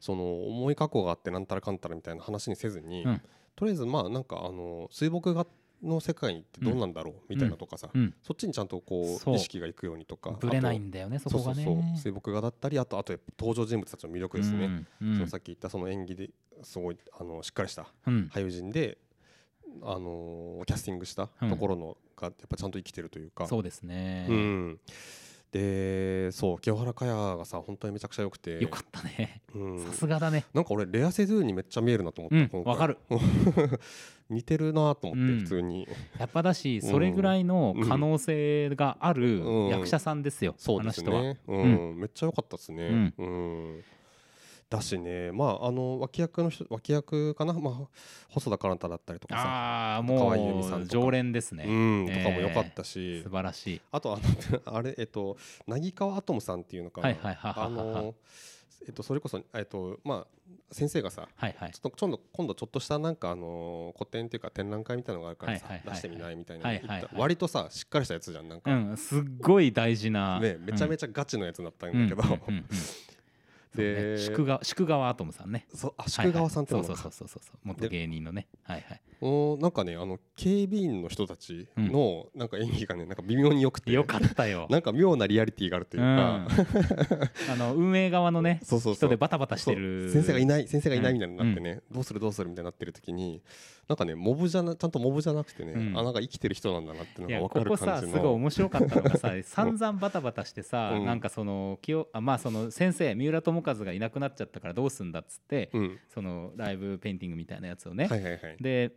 Speaker 2: その重い過去があってなんたらかんたらみたいな話にせずに、
Speaker 1: うん
Speaker 2: とりあえずまあなんかあの水墨画の世界ってどうなんだろうみたいなとかさ、
Speaker 1: うん
Speaker 2: そっちにちゃんとこ
Speaker 1: そう
Speaker 2: う意識がいくようにとか
Speaker 1: ぶれない
Speaker 2: あ
Speaker 1: んだよねそ
Speaker 2: と
Speaker 1: こがね
Speaker 2: そうそうそう水墨画だったりあとあとやっぱ登場人物たちの魅力ですね、
Speaker 1: うんうん
Speaker 2: そのさっき言ったその演技ですごいあのしっかりした
Speaker 1: うん
Speaker 2: 俳優陣で、あのキャスティングしたところのがやっぱちゃんと生きてるというか、
Speaker 1: そうですね、
Speaker 2: うん、でそう清原果耶がさ本当にめちゃくちゃ良くて
Speaker 1: よかったね
Speaker 2: うん、
Speaker 1: さすがだね
Speaker 2: なんか俺レアセズーにめっちゃ見えるなと思っ
Speaker 1: う
Speaker 2: て、
Speaker 1: ん
Speaker 2: 今回
Speaker 1: わかる
Speaker 2: 似てるなと思って、
Speaker 1: うん
Speaker 2: 普通に
Speaker 1: やっぱだし
Speaker 2: うん
Speaker 1: それぐらいの可能性がある
Speaker 2: うん
Speaker 1: 役者さんですよ、
Speaker 2: そう
Speaker 1: あ
Speaker 2: で
Speaker 1: の
Speaker 2: す
Speaker 1: 人は、
Speaker 2: ね、うんめっちゃ良かったですね、うんだしねまああの脇役の人脇役かな、まあ、細田からただったりとかさ
Speaker 1: ああ
Speaker 2: 川合由美さ
Speaker 1: も
Speaker 2: ん
Speaker 1: う
Speaker 2: とか
Speaker 1: 常連ですね、
Speaker 2: うん、とかも良かったし、
Speaker 1: 素晴らしい
Speaker 2: あとあの あれえっと凪川アトムさんっていうのかな、
Speaker 1: はいはいはいはいは
Speaker 2: あ
Speaker 1: い
Speaker 2: のえっとそれこそえっとまあ先生がさ
Speaker 1: はいはい
Speaker 2: ちょっとちょっと今度ちょっとしたなんかあの個展っていうか展覧会みたいなのがあるからさ
Speaker 1: はいはいはいはい
Speaker 2: 出してみないみたい
Speaker 1: は
Speaker 2: ない
Speaker 1: はいはい
Speaker 2: 言った割とさしっかりしたやつじゃんなん
Speaker 1: う
Speaker 2: か
Speaker 1: ん、すっごい大事な、
Speaker 2: ねめちゃめ
Speaker 1: ち
Speaker 2: ちゃガチのやつだった
Speaker 1: ゃ
Speaker 2: んだけど
Speaker 1: で
Speaker 2: で
Speaker 1: 宿川宿川アトムさんね
Speaker 2: そうあ宿川さんって
Speaker 1: はいいうはい
Speaker 2: の
Speaker 1: そう
Speaker 2: か
Speaker 1: そうそうそうそう元芸人のねはいはい
Speaker 2: おなんかねあの警備員の人たちのなんか演技がねなんか微妙によくて
Speaker 1: よかったよ
Speaker 2: なんか妙なリアリティがあるというか
Speaker 1: うんあの運営側のね
Speaker 2: そうそうそう
Speaker 1: 人でバタバタしてる
Speaker 2: そう先生がい
Speaker 1: な
Speaker 2: ない先生がいないみたいになってね、どうするどうするみたいになってる時になんかねモブじゃなちゃんとモブじゃなくてね、
Speaker 1: うん
Speaker 2: あなんか生きてる人なんだなっていう
Speaker 1: や
Speaker 2: のが
Speaker 1: ここ
Speaker 2: 分かる
Speaker 1: さ
Speaker 2: 感
Speaker 1: す
Speaker 2: じの
Speaker 1: ごい面白かったの がさ散々バタバタしてさ、
Speaker 2: うん
Speaker 1: なんかその清あまあその先生三浦友和がいなくなっちゃったからどうすんだっつって、
Speaker 2: うん
Speaker 1: そのライブペインティングみたいなやつをね、
Speaker 2: はいはいはい
Speaker 1: で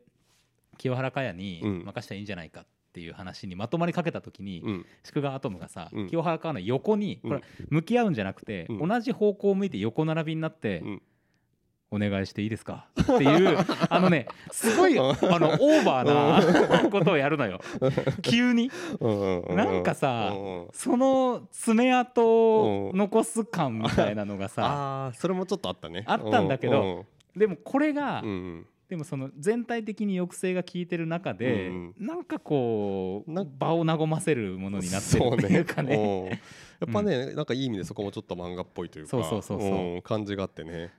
Speaker 1: 清原果耶に
Speaker 2: うん
Speaker 1: 任せたらいいんじゃないかっていう話にまとまりかけた時に、
Speaker 2: うん
Speaker 1: 宿川アトムがさ、
Speaker 2: うん
Speaker 1: 清原果耶の横にこれ向き合うんじゃなくて、
Speaker 2: うん
Speaker 1: 同じ方向を向いて横並びになって、
Speaker 2: うん
Speaker 1: お願いしていいですかっていう あのねすごいあのオーバーなことをやるのよ急に
Speaker 2: うんうんう
Speaker 1: なんかさ
Speaker 2: うんうん
Speaker 1: その爪痕を残す感みたいなのがさ
Speaker 2: あーそれもちょっとあったね
Speaker 1: あったんだけどでもこれが、
Speaker 2: うんうん
Speaker 1: でもその全体的に抑制が効いてる中で、
Speaker 2: うん
Speaker 1: なんかこう
Speaker 2: なん
Speaker 1: 場を和ませるものになってるっていうかね
Speaker 2: そうねうんやっぱね、なんかいい意味でそこもちょっと漫画っぽいというか
Speaker 1: そうそうそうそうん
Speaker 2: 感じがあってね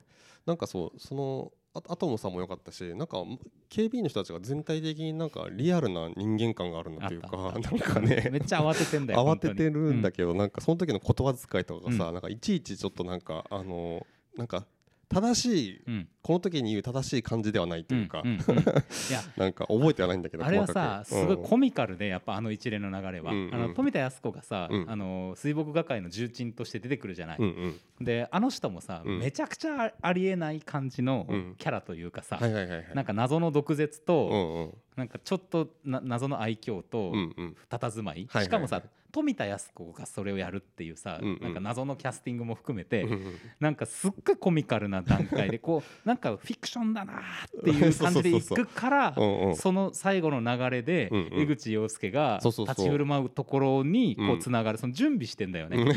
Speaker 2: なんかそうそのあアトムさんも良かったしなんか警備員の人たちが全体的になんかリアルな人間感があ るなというか
Speaker 1: あったあった
Speaker 2: なんか ね
Speaker 1: めっちゃ慌ててんだよ
Speaker 2: 慌ててるんだ
Speaker 1: け
Speaker 2: けど、なんかその時の言葉遣いとかがさ、
Speaker 1: う
Speaker 2: なんかいちいちちょっとなんかあのなんか正しい
Speaker 1: ど、うん
Speaker 2: この時に言う正しい感じではないというか、
Speaker 1: んんうんいや
Speaker 2: なんか覚えてはないんだけど
Speaker 1: あれはさす
Speaker 2: 細
Speaker 1: ご
Speaker 2: か
Speaker 1: い
Speaker 2: く
Speaker 1: コミカルでやっぱあの一連の流れは、
Speaker 2: うんうん
Speaker 1: あの富田靖子がさ、
Speaker 2: うん
Speaker 1: あの水墨画界の重鎮として出てくるじゃない、
Speaker 2: うんうんうん
Speaker 1: であの人もさ、
Speaker 2: うん
Speaker 1: めちゃくちゃありえない感じの
Speaker 2: うん
Speaker 1: キャラというかさ、
Speaker 2: はいはいはいはい
Speaker 1: なんか謎の毒舌
Speaker 2: う
Speaker 1: と、
Speaker 2: んうん
Speaker 1: なんかちょっとな謎の愛嬌と、
Speaker 2: うんうん
Speaker 1: 佇まい
Speaker 2: はいはいはい
Speaker 1: しかもさ富田靖子がそれをやるっていうさ、
Speaker 2: うんうん
Speaker 1: なんか謎のキャスティングも含めて、
Speaker 2: うんうん
Speaker 1: なんかすっごいコミカルな段階でこ うなんかフィクションだなーっていう感じでいくから
Speaker 2: うんうん
Speaker 1: その最後の流れで
Speaker 2: うんうん
Speaker 1: 江口洋介が
Speaker 2: そうそう
Speaker 1: 立
Speaker 2: そう
Speaker 1: ち振る舞うところにこ
Speaker 2: う
Speaker 1: うんつながるその準備してんだよ
Speaker 2: うん
Speaker 1: ね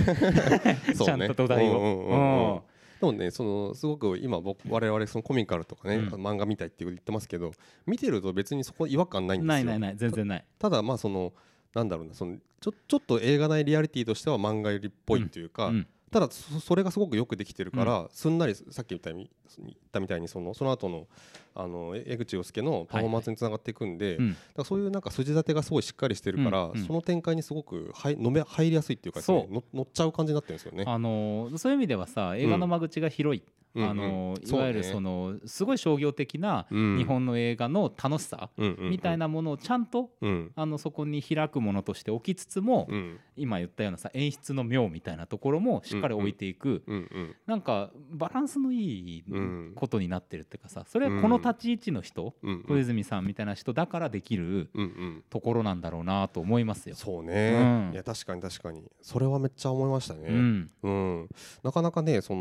Speaker 2: そう
Speaker 1: ちゃんと土台
Speaker 2: ねうんうんうんうん
Speaker 1: を。
Speaker 2: でもねそのすごく今僕我々そのコミカルとかね、
Speaker 1: うん
Speaker 2: 漫画みたいって言ってますけど見てると別にそこ違和感ない
Speaker 1: うんん
Speaker 2: ですよ
Speaker 1: ないないない全然ない。
Speaker 2: ただまあそのなんだろうなそのちょちょっと映画内リアリティとしては漫画よりっぽいというか、
Speaker 1: うん
Speaker 2: ただそそれがすごくよくできてるから、すんなりさっき言ったみ言ったみたいにそのその後のあのえ江口洋介のパフォーマンスにつながっていくんで、
Speaker 1: うん
Speaker 2: だからそういうなんか筋立てがすごいしっかりしてるから、
Speaker 1: うんうん
Speaker 2: その展開にすごくはいのめ入りやすいっていうか、ね、
Speaker 1: そう
Speaker 2: の乗っちゃう感じになってるんですよね。
Speaker 1: あのーそういう意味ではさ映画の間口が広い、
Speaker 2: うんうん
Speaker 1: あのーいう
Speaker 2: そね
Speaker 1: わゆるそのすごい商業的な日
Speaker 2: 日
Speaker 1: 本の映画の楽しさみたいなものをちゃんと
Speaker 2: うん
Speaker 1: あのそこに開くものとして置きつつも、
Speaker 2: うん
Speaker 1: 今言ったようなさ演出の妙みたいなところもしっかり置いていく、
Speaker 2: うんうん
Speaker 1: なんかバランスのいい
Speaker 2: うん
Speaker 1: ことになってるっていうかさそれはこの立ち位置の人、
Speaker 2: うんうん
Speaker 1: 小泉さんみたいな人だからできる
Speaker 2: うんうん
Speaker 1: ところなんだろうなと思いますよ。
Speaker 2: そうね、
Speaker 1: うん
Speaker 2: いや確かに確かにそれはめっちゃ思いましたね。
Speaker 1: うん
Speaker 2: うん、なかなかねそ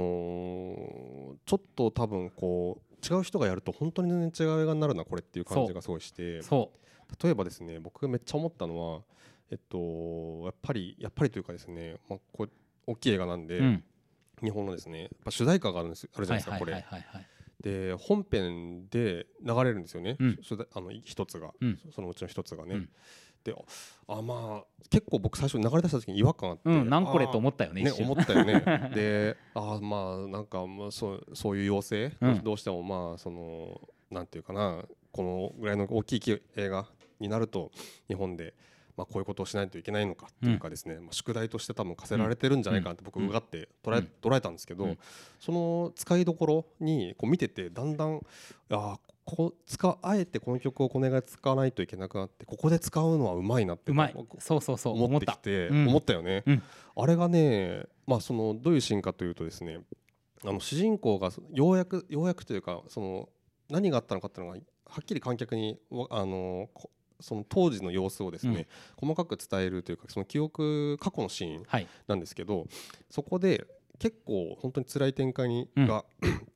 Speaker 2: のちょっと多分こう違う人がやると本当に全然違う映画になるなこれっていう感じがすごいして
Speaker 1: そ
Speaker 2: 例えばですね僕がめっちゃ思ったのはえっとやっぱりやっぱりというかですね、まあ、こう大きい映画なんで、
Speaker 1: う、うん、
Speaker 2: 日本のですねやっぱ主題歌があるんですあるじゃないですか、
Speaker 1: はいはいはい
Speaker 2: こ
Speaker 1: はいはい
Speaker 2: れで本編で流れるんですよね、
Speaker 1: うん
Speaker 2: 主題あの一つが、
Speaker 1: うん
Speaker 2: そのうちの一つがね、
Speaker 1: うん
Speaker 2: であまあ結構僕最初流れ出した時に違和感あって、
Speaker 1: うん、なんこれ
Speaker 2: あー
Speaker 1: と思ったよね
Speaker 2: ね
Speaker 1: 一瞬
Speaker 2: 思った よねでああまあなんかまあそうそういう要請、
Speaker 1: うん
Speaker 2: どうしてもまあそのなんていうかなこのぐらいの大きいき映画になると日本で、まあ、こういうことをしないといけないのかっていうかですね、まあ、宿題として多分課せられてるんじゃないかなって僕
Speaker 1: うん
Speaker 2: うがって捉え,、
Speaker 1: うん
Speaker 2: 捉えたんですけど、
Speaker 1: うん
Speaker 2: その使いどころにこう見ててだんだんあーここ使あえてこの曲をこの映画で使わないといけなくなってここで使うのはうまいなって
Speaker 1: うまい
Speaker 2: こ
Speaker 1: そうそうそう
Speaker 2: 思
Speaker 1: 思っ
Speaker 2: っ
Speaker 1: てた
Speaker 2: きて
Speaker 1: うん
Speaker 2: 思ったよね、
Speaker 1: うん
Speaker 2: あれがねまあそのどういうシーンかというとですねあの主人公がそようやくようやくというかその何があったのかっていうのがはっきり観客にわあのこその当時の様子をですね、細かく伝えるというかその記憶過去のシーン
Speaker 1: はい
Speaker 2: なんですけどそこで結構本当に辛い展開に
Speaker 1: うん
Speaker 2: が、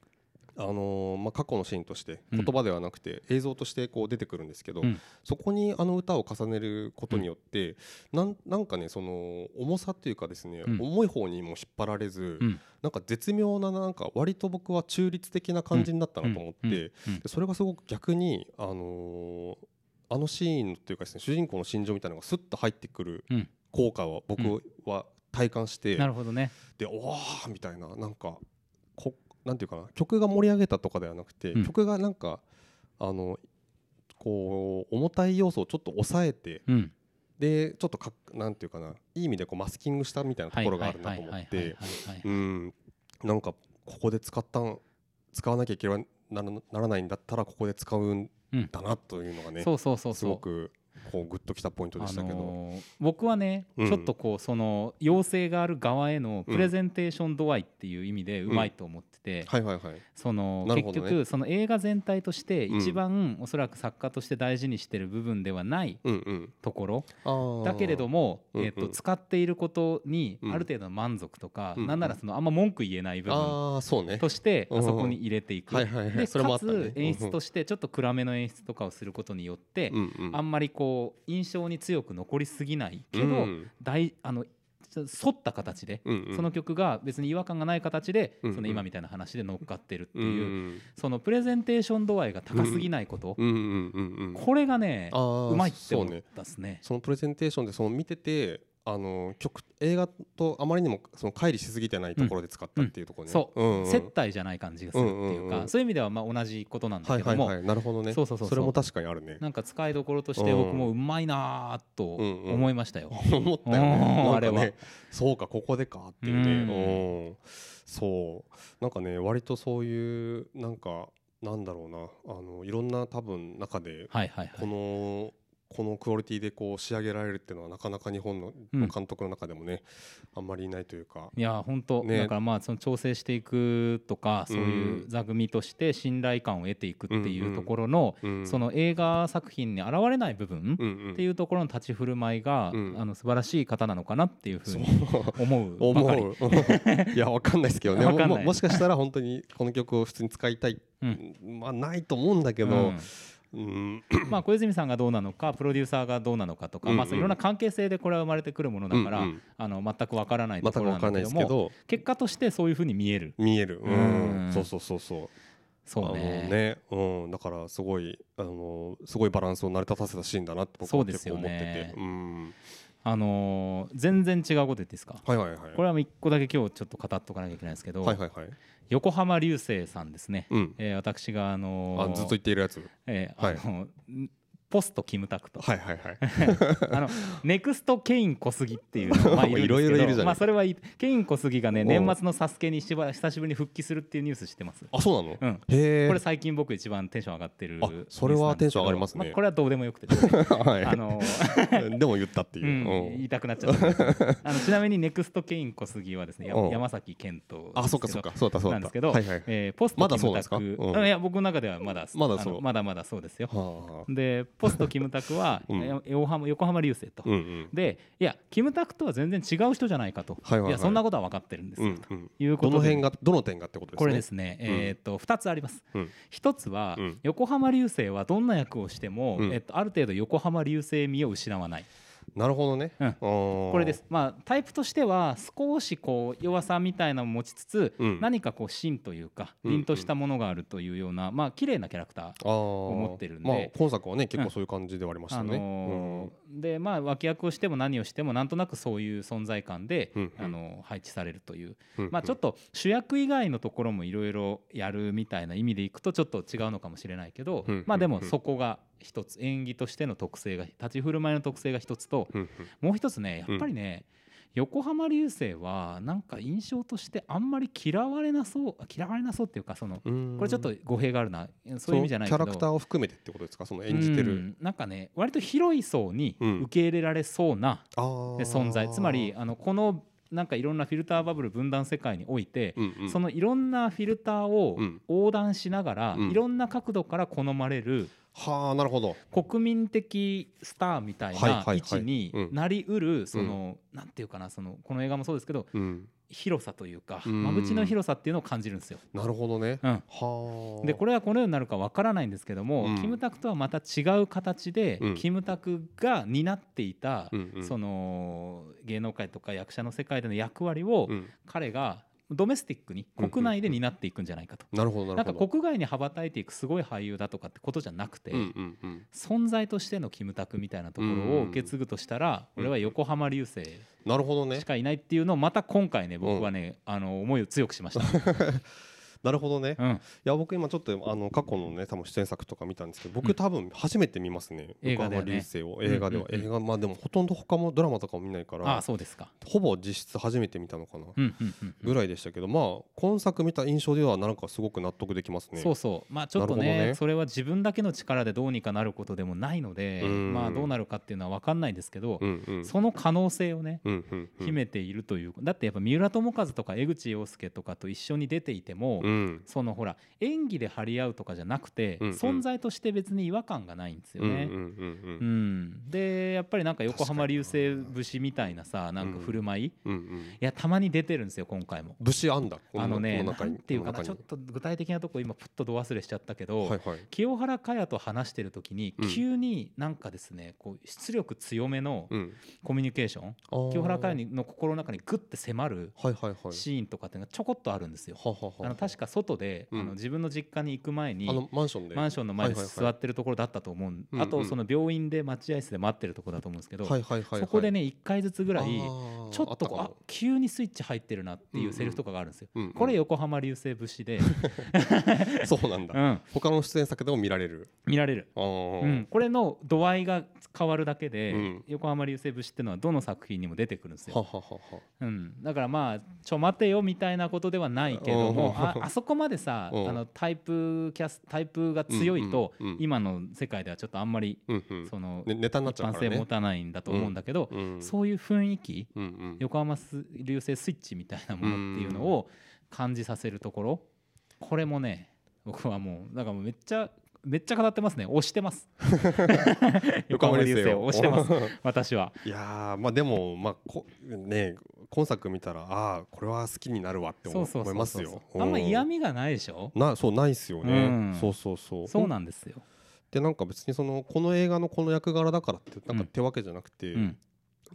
Speaker 2: あのーまあ、過去のシーンとして
Speaker 1: うん
Speaker 2: 言葉ではなくて映像としてこう出てくるんですけど、
Speaker 1: うん
Speaker 2: そこにあの歌を重ねることによって、なんなんかねその重さというかですね、
Speaker 1: うん
Speaker 2: 重い方にも引っ張られず、
Speaker 1: うん
Speaker 2: なんか絶妙ななんか割と僕は中立的な感じになったなと思って、
Speaker 1: うんうん
Speaker 2: でそれがすごく逆に、あのーあのシーンというかですね主人公の心情みたいなのがスッと入ってくる
Speaker 1: うん
Speaker 2: 効果は僕は体感して、
Speaker 1: なるほどね
Speaker 2: でおーみたいななんかこなんていうかな曲が盛り上げたとかではなくて、
Speaker 1: うん
Speaker 2: 曲がなんかあのこう重たい要素をちょっと抑えて
Speaker 1: うん
Speaker 2: でちょっとかっなんていうかないい意味でこうマスキングしたみたいなと
Speaker 1: はい
Speaker 2: こ
Speaker 1: は
Speaker 2: ろ
Speaker 1: いは
Speaker 2: があ
Speaker 1: い
Speaker 2: る
Speaker 1: は
Speaker 2: ないと思
Speaker 1: は
Speaker 2: っ
Speaker 1: い
Speaker 2: て
Speaker 1: はいうは
Speaker 2: んなんかここで使ったん使わなきゃいけないならならないんだったらここで使うんだなというのがね、
Speaker 1: いそうそうそう
Speaker 2: す
Speaker 1: そう
Speaker 2: ごくこうグッときたポイントで
Speaker 1: あ
Speaker 2: したけど、
Speaker 1: のー僕はね、
Speaker 2: うん
Speaker 1: ちょっとこうその要請がある側へのプレゼンテーション度合いっていう意味でうまいと思ってて、
Speaker 2: はいはいはい
Speaker 1: その
Speaker 2: なるほ
Speaker 1: 結
Speaker 2: どね
Speaker 1: 局その映画全体として
Speaker 2: うん
Speaker 1: 一番おそらく作家として大事にしてる部分ではない
Speaker 2: うんうん
Speaker 1: ところ
Speaker 2: あー
Speaker 1: だけれども、
Speaker 2: うんうん
Speaker 1: えっと使っていることにあ
Speaker 2: うん
Speaker 1: る程度の満足とか、
Speaker 2: うん
Speaker 1: なんならそのあんま文句言えない部分
Speaker 2: あーそうね
Speaker 1: として
Speaker 2: うん
Speaker 1: あそこに入れていく。
Speaker 2: はいはいはい
Speaker 1: で
Speaker 2: それもあ
Speaker 1: か
Speaker 2: ったね
Speaker 1: つ演出としてちょっと暗めの演出とかをすることによって、
Speaker 2: うんうん
Speaker 1: あんまりこう印象に強く残りすぎないけど、
Speaker 2: うん
Speaker 1: 大あのちょ沿った形で、
Speaker 2: うんうん
Speaker 1: その曲が別に違和感がない形で、
Speaker 2: うんうん
Speaker 1: その今みたいな話で乗っかってるって
Speaker 2: うん
Speaker 1: いう、そのプレゼンテーション度合いが高すぎないこと、
Speaker 2: うんうんうんうんうん
Speaker 1: これがね
Speaker 2: あー
Speaker 1: うまいって
Speaker 2: そう
Speaker 1: 思っ
Speaker 2: ね
Speaker 1: たっすね。
Speaker 2: そのプレゼンテーションでその見ててあの曲映画とあまりにもその乖離しすぎてないところで使ったっていうところね、
Speaker 1: そうん
Speaker 2: ん
Speaker 1: 接待じゃない感じがするっていう
Speaker 2: うんうんう
Speaker 1: か
Speaker 2: ん
Speaker 1: そういう意味ではまあ同じことなんだ
Speaker 2: はい
Speaker 1: け
Speaker 2: は
Speaker 1: ども
Speaker 2: いはいなるほどね
Speaker 1: そうそうそうそう
Speaker 2: れも確かにあるね
Speaker 1: なんか使いどころとして僕もうまいなーと
Speaker 2: うんうん
Speaker 1: 思いましたよ。
Speaker 2: 思ったよね
Speaker 1: おー
Speaker 2: なんか
Speaker 1: あ
Speaker 2: ね
Speaker 1: れは
Speaker 2: そうかここでかっていうね
Speaker 1: うん
Speaker 2: うんそうなんかね割とそういうなんかなんだろうなあのいろんな多分中で
Speaker 1: はいはいは
Speaker 2: こ
Speaker 1: い。
Speaker 2: の、このクオリティでこう仕上げられるっていうのはなかなか日本の
Speaker 1: うん
Speaker 2: 監督の中でもね、あんまりいないというか
Speaker 1: いや本当、
Speaker 2: ね
Speaker 1: だからまあその調整していくとかそういううん座組として信頼感を得ていくって
Speaker 2: うん
Speaker 1: いううんところの、
Speaker 2: うん
Speaker 1: その映画作品に現れない部分
Speaker 2: うんうん
Speaker 1: っていうところの立ち振る舞いが、
Speaker 2: うん
Speaker 1: あの素晴らしい方なのかなっていうふう
Speaker 2: そう
Speaker 1: に思うばかり
Speaker 2: 思ういやわかんないですけどね
Speaker 1: わかんない
Speaker 2: もももしかしたら本当にこの曲を普通に使いたい、
Speaker 1: うん
Speaker 2: まあないと思うんだけど、うん
Speaker 1: うんまあ、小泉さんがどうなのかプロデューサーがどうなのかとか、
Speaker 2: うんうん
Speaker 1: まあ、そういろんな関係性でこれは生まれてくるものだから、
Speaker 2: うんうん
Speaker 1: あの全くわからないと
Speaker 2: 全
Speaker 1: こ
Speaker 2: く
Speaker 1: ろ
Speaker 2: わ
Speaker 1: なん
Speaker 2: から
Speaker 1: だけど
Speaker 2: ないですけ
Speaker 1: も
Speaker 2: ど
Speaker 1: 結果としてそういうふうに見える
Speaker 2: 見える、うん
Speaker 1: うん
Speaker 2: そうそうそうそう
Speaker 1: そう
Speaker 2: あの
Speaker 1: ね
Speaker 2: ね、うん、だからすごいあのすごいバランスを成り立たせたシーンだなって僕
Speaker 1: そう
Speaker 2: は
Speaker 1: で
Speaker 2: 結
Speaker 1: す
Speaker 2: 構
Speaker 1: よ
Speaker 2: 思ってて、
Speaker 1: ね
Speaker 2: うん、
Speaker 1: あのー全然違うこと言っていいですか
Speaker 2: はいはいはい
Speaker 1: これはもう一個だけ今日ちょっと語っとかなきゃいけないんですけど、
Speaker 2: はいはいはい、
Speaker 1: 横浜流星さんですね、
Speaker 2: うん、
Speaker 1: えー私があの
Speaker 2: あ
Speaker 1: ー
Speaker 2: ずっと言っているやつ
Speaker 1: えー
Speaker 2: はい
Speaker 1: あのんポストキムタクと、
Speaker 2: はいはい はい
Speaker 1: あのネクストケイン小杉っていう のがまあいるんですけど
Speaker 2: いろいろいるじゃない
Speaker 1: まあそれはいいケイン小杉がね
Speaker 2: おう
Speaker 1: 年末のサスケにしば久しぶりに復帰するっていうニュース知ってます
Speaker 2: あそうなの、
Speaker 1: うん
Speaker 2: へえ
Speaker 1: これ最近僕一番テンション上がってる
Speaker 2: あそれはテンション上がりますね
Speaker 1: ニュースなんですけどあこれはどうでもよくてですね
Speaker 2: はい
Speaker 1: あの
Speaker 2: でも言ったっていうう、
Speaker 1: ん
Speaker 2: うん
Speaker 1: 言いたくなっちゃったあのちなみにネクストケイン小杉はですねや
Speaker 2: おう
Speaker 1: 山崎賢人
Speaker 2: あそっかそっかそうだったそう
Speaker 1: な
Speaker 2: だ
Speaker 1: んで
Speaker 2: った
Speaker 1: すけど、
Speaker 2: はいはい、
Speaker 1: えーポスト
Speaker 2: まだ
Speaker 1: キ
Speaker 2: そう
Speaker 1: ムタ
Speaker 2: なんですか
Speaker 1: ク、
Speaker 2: うん
Speaker 1: あいや僕の中ではまだ
Speaker 2: まだそう
Speaker 1: あのまだまだそうですよ。
Speaker 2: はあ
Speaker 1: でポストキムタクは、
Speaker 2: うん
Speaker 1: や横浜横浜流星と、
Speaker 2: うんうん
Speaker 1: でいやキムタクとは全然違う人じゃないかと、
Speaker 2: はいはいはい
Speaker 1: やそんなことは分かってるんです
Speaker 2: う
Speaker 1: よ、
Speaker 2: んうん
Speaker 1: ということ
Speaker 2: ど
Speaker 1: で
Speaker 2: の辺がどの点がってことですね
Speaker 1: これですね、
Speaker 2: ん
Speaker 1: えーっと2つあります、
Speaker 2: うん
Speaker 1: 一つは、
Speaker 2: うん
Speaker 1: 横浜流星はどんな役をしても、
Speaker 2: うん
Speaker 1: えっと、ある程度横浜流星味を失わない
Speaker 2: なるほどね、
Speaker 1: うん
Speaker 2: こ
Speaker 1: これです、まあ、タイプとしては少しこう弱さみたいなのも持ちつつ、
Speaker 2: うん
Speaker 1: 何かこう芯というか
Speaker 2: うんうん
Speaker 1: 凛としたものがあるというような、まあ綺麗なキャラクター思
Speaker 2: 思
Speaker 1: ってるんで
Speaker 2: まあ、今作はね結構そういう感じではありました
Speaker 1: あ
Speaker 2: よね、
Speaker 1: のーでまあ脇役をしても何をしてもなんとなくそういう存在感で、
Speaker 2: うんうん
Speaker 1: あのー配置されるという、
Speaker 2: うんうん
Speaker 1: まあ、ちょっと主役以外のところもいろいろやるみたいな意味でいくとちょっと違うのかもしれないけど、
Speaker 2: うんうん
Speaker 1: まあ、でもそこが一つ演技としての特性が立ち振る舞いの特性が一つと
Speaker 2: うんうん
Speaker 1: もう一つねやっぱりね、横浜流星はなんか印象としてあんまり嫌われなそう嫌われなそうっていうかその
Speaker 2: うん
Speaker 1: これちょっと語弊があるなそういう意味じゃないけ
Speaker 2: そ
Speaker 1: ど
Speaker 2: のキャラクターを含めてってことですかその演じて
Speaker 1: う
Speaker 2: る
Speaker 1: んなんかね割と広い層に
Speaker 2: うん
Speaker 1: 受け入れられそうな
Speaker 2: あ
Speaker 1: え
Speaker 2: ー
Speaker 1: 存在、つまり、あのこのなんかいろんなフィルターバブル分断世界において、
Speaker 2: うんうん
Speaker 1: そのいろんなフィルターを
Speaker 2: うん
Speaker 1: 横断しながら、
Speaker 2: うん
Speaker 1: いろんな角度から好まれる
Speaker 2: はあなるほど
Speaker 1: 国民的スターみたい
Speaker 2: はいはい
Speaker 1: な
Speaker 2: はい
Speaker 1: 位置に
Speaker 2: うん
Speaker 1: なりうるそのなんていうかなそのこの映画もそうですけど
Speaker 2: うん
Speaker 1: 広さというか
Speaker 2: うん
Speaker 1: 間口の広さっていうのを感じるんですよ。
Speaker 2: なるほどね、
Speaker 1: うん
Speaker 2: はあ
Speaker 1: でこれはこのようになるかわからないんですけども、
Speaker 2: うん
Speaker 1: キムタクとはまた違う形で、
Speaker 2: うん
Speaker 1: キムタクが担っていた、
Speaker 2: うんうん
Speaker 1: その芸能界とか役者の世界での役割を、
Speaker 2: うん
Speaker 1: 彼がドメスティックに
Speaker 2: うんうん
Speaker 1: 国内で担っていくんじゃないかと、
Speaker 2: なるほどな
Speaker 1: な
Speaker 2: る
Speaker 1: んか
Speaker 2: ほど
Speaker 1: 国外に羽ばたいていくすごい俳優だとかってことじゃなくて、
Speaker 2: うんうんうん
Speaker 1: 存在としてのキムタクみたいなところを受け継ぐとしたら、
Speaker 2: うん
Speaker 1: 俺は横浜流星
Speaker 2: なるほどね
Speaker 1: しかいないっていうのをまた今回ね僕はね、あの思いを強くしました。
Speaker 2: なるほどね、
Speaker 1: う
Speaker 2: い
Speaker 1: ん、
Speaker 2: や僕今ちょっとあの過去のね多分出演作とか見たんですけど
Speaker 1: う
Speaker 2: 僕
Speaker 1: ん
Speaker 2: 多分初めて見ますね、
Speaker 1: 映画だよね
Speaker 2: 横浜流星を映画では、
Speaker 1: うんうんうん
Speaker 2: 映画まあでもほとんど他もドラマとかも見ないから
Speaker 1: ああそうですか、
Speaker 2: ほぼ実質初めて見たのかな、
Speaker 1: うんうんうんうん
Speaker 2: ぐらいでしたけど、まあ今作見た印象ではなんかすごく納得できますね。
Speaker 1: そうそうまあちょっと
Speaker 2: なるほ
Speaker 1: ね
Speaker 2: どね
Speaker 1: それは自分だけの力でどうにかなることでもないので
Speaker 2: うん
Speaker 1: まあどうなるかっていうのは分かんないですけど
Speaker 2: うんうん。
Speaker 1: その可能性をね
Speaker 2: うんうんうん
Speaker 1: 秘めているというだってやっぱ三浦友和とか江口洋介とかと一緒に出ていても
Speaker 2: うん
Speaker 1: そのほら演技で張り合うとかじゃなくて
Speaker 2: うんうん
Speaker 1: 存在として別に違和感がないんですよね
Speaker 2: うん。うんうん
Speaker 1: う
Speaker 2: うん
Speaker 1: ん、でやっぱりなんか横浜流星
Speaker 2: 確かにな
Speaker 1: 節みたいなさなんか振る舞いい
Speaker 2: うんうん。
Speaker 1: やたまに出てるんですよ今回も。
Speaker 2: 武士あんだ。こ
Speaker 1: あのね
Speaker 2: こ
Speaker 1: な
Speaker 2: 中に
Speaker 1: んていうかな
Speaker 2: こ
Speaker 1: ちょ
Speaker 2: の
Speaker 1: っと具体的なとこ今プッとど忘れしちゃったけ
Speaker 2: 中
Speaker 1: ど、
Speaker 2: にはいはい。
Speaker 1: 清原果耶と話してる時に
Speaker 2: うん
Speaker 1: 急になんかですねこう出力強めの
Speaker 2: うん。
Speaker 1: コミュニケーション、
Speaker 2: あー
Speaker 1: 清原果耶の心の中にグッて迫る
Speaker 2: はいはいはい。
Speaker 1: シーンとかっていうのがちょこっとあるんですよ。
Speaker 2: ははは
Speaker 1: あの確
Speaker 2: か
Speaker 1: か外で、
Speaker 2: うん
Speaker 1: あの自分の実家に行く前に
Speaker 2: あのマンションで
Speaker 1: マンションの前で
Speaker 2: はいはいは
Speaker 1: 座
Speaker 2: い
Speaker 1: ってるところだったと思うん、
Speaker 2: うんうん
Speaker 1: あとその病院で待合室で待ってるところだと思うんですけど、
Speaker 2: はいはいはいはい
Speaker 1: そこでね1回ずつぐ
Speaker 2: ぐ
Speaker 1: らいちょっとこうあ急にスイッチ入ってるなっていうセリフとかがあるんですよ。これ横浜流星節 で、
Speaker 2: そうなん
Speaker 1: う
Speaker 2: だ
Speaker 1: ん、
Speaker 2: 他の出演作でも見られる
Speaker 1: 見られる、
Speaker 2: あー
Speaker 1: うん、これの度合いが変わるだけで、
Speaker 2: うん
Speaker 1: 横浜流星節っていうのはどの作品にも出てくるんです
Speaker 2: はは
Speaker 1: よ、
Speaker 2: はは
Speaker 1: うん、だからまあちょ待てよみたいなことではないけども
Speaker 2: うん
Speaker 1: ああそこまでさあ
Speaker 2: うん
Speaker 1: のタイプキャスタイプが強いと、
Speaker 2: うんうんうん
Speaker 1: 今の世界ではちょっとあんまり、
Speaker 2: うんうん
Speaker 1: その、
Speaker 2: ねネタになっ
Speaker 1: 一
Speaker 2: ちゃう
Speaker 1: 般
Speaker 2: から
Speaker 1: 性持
Speaker 2: ね
Speaker 1: たないんだと思うんだけど、
Speaker 2: うん
Speaker 1: そういう雰囲気
Speaker 2: うんうん
Speaker 1: 横浜す流星スイッチみたいなものっていうのを感じさせるところこれもね僕はもうなんかもうめっちゃめっちゃ語ってますね押してます 横浜流星を押してます私はい
Speaker 2: やーまあでもまあこね今作見たらああこれは好きになるわって
Speaker 1: そう
Speaker 2: 思
Speaker 1: そう
Speaker 2: 思
Speaker 1: そ
Speaker 2: いうます
Speaker 1: そう
Speaker 2: よ
Speaker 1: あんま嫌
Speaker 2: 味
Speaker 1: 味がないでしょ
Speaker 2: なそうないっすよ
Speaker 1: うん
Speaker 2: ねそうそうそう
Speaker 1: そうなんですよ
Speaker 2: でなんか別にそのこの映画のこの役柄だからってなんか
Speaker 1: うん
Speaker 2: 手わけじゃなくて
Speaker 1: うん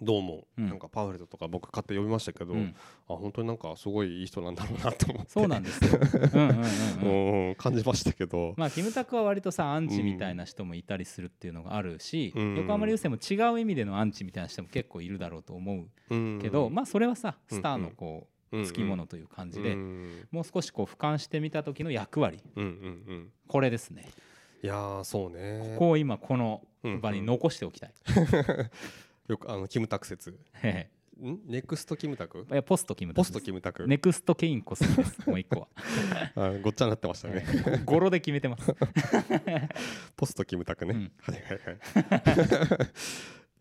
Speaker 2: どうも
Speaker 1: うん
Speaker 2: なんかパンフレットとか僕買って読みましたけど
Speaker 1: う
Speaker 2: あ
Speaker 1: ん
Speaker 2: 本当になんかすごいいい人なんだろうなと思って
Speaker 1: そうなんですよ うんうんうんうん
Speaker 2: うん感じましたけど
Speaker 1: まあキムタクは割とさアンチみたいな人もいたりするっていうのがあるし
Speaker 2: うん
Speaker 1: 横浜流星も違う意味でのアンチみたいな人も結構いるだろうと思うけ
Speaker 2: け
Speaker 1: どまあそれはさスターのこうつきものという感じで
Speaker 2: うん
Speaker 1: もう少しこう俯瞰してみた時の役割
Speaker 2: うんうんうん
Speaker 1: これですね
Speaker 2: いやーそうね
Speaker 1: ここを今この場に残しておきたい、
Speaker 2: よくあのキムタク説
Speaker 1: え
Speaker 2: んネクストキムタク
Speaker 1: えいやポストキムタ
Speaker 2: ポ
Speaker 1: ク
Speaker 2: ストキムタク、
Speaker 1: ネクストケインコスケですもう一 個は
Speaker 2: あごっちゃになってましたね、
Speaker 1: ええ語呂で決めてます
Speaker 2: ポストキムタクね、
Speaker 1: うん
Speaker 2: はいはいはいい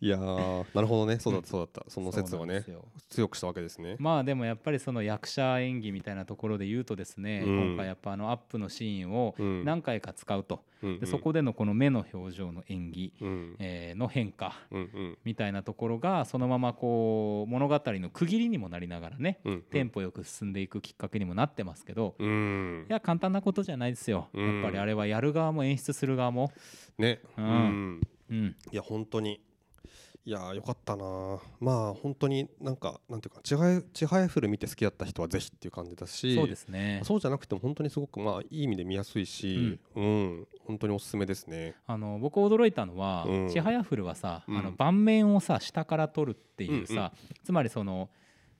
Speaker 2: やーなるほどねそうだったそうだった、その説
Speaker 1: そう
Speaker 2: を
Speaker 1: なんで
Speaker 2: ね
Speaker 1: すよ
Speaker 2: 強くしたわけですね、
Speaker 1: まあでもやっぱりその役者演技みたいなところで言うとですね、
Speaker 2: うん
Speaker 1: 今回やっぱあのアップのシーンを
Speaker 2: うん
Speaker 1: 何回か使うと、
Speaker 2: うんうん
Speaker 1: でそこでのこの目の表情の演技、
Speaker 2: うん
Speaker 1: えーの変化
Speaker 2: うんうん
Speaker 1: みたいなところがそのままこう物語の区切りにもなりながらね、
Speaker 2: うん
Speaker 1: テンポよく進んでいくきっかけにもなってますけど、
Speaker 2: うん
Speaker 1: いや簡単なことじゃないですよ、
Speaker 2: う
Speaker 1: や
Speaker 2: ん
Speaker 1: っぱりあれはやる側も演出する側も、
Speaker 2: ね
Speaker 1: う
Speaker 2: うんん、
Speaker 1: うん、
Speaker 2: いや本当にいやーよかったなーまあ本当になんかなんていうかちはやちはやふる見て好きだった人はぜひっていう感じだし
Speaker 1: そうですね
Speaker 2: そうじゃなくても本当にすごくまあいい意味で見やすいし、うん本当におすすめですね。
Speaker 1: あの僕驚いたのは
Speaker 2: う
Speaker 1: 「
Speaker 2: ん
Speaker 1: ちはやふる」はさ、
Speaker 2: うん
Speaker 1: あの盤面をさ下から撮るっていうさ、
Speaker 2: うんうん
Speaker 1: つまりその、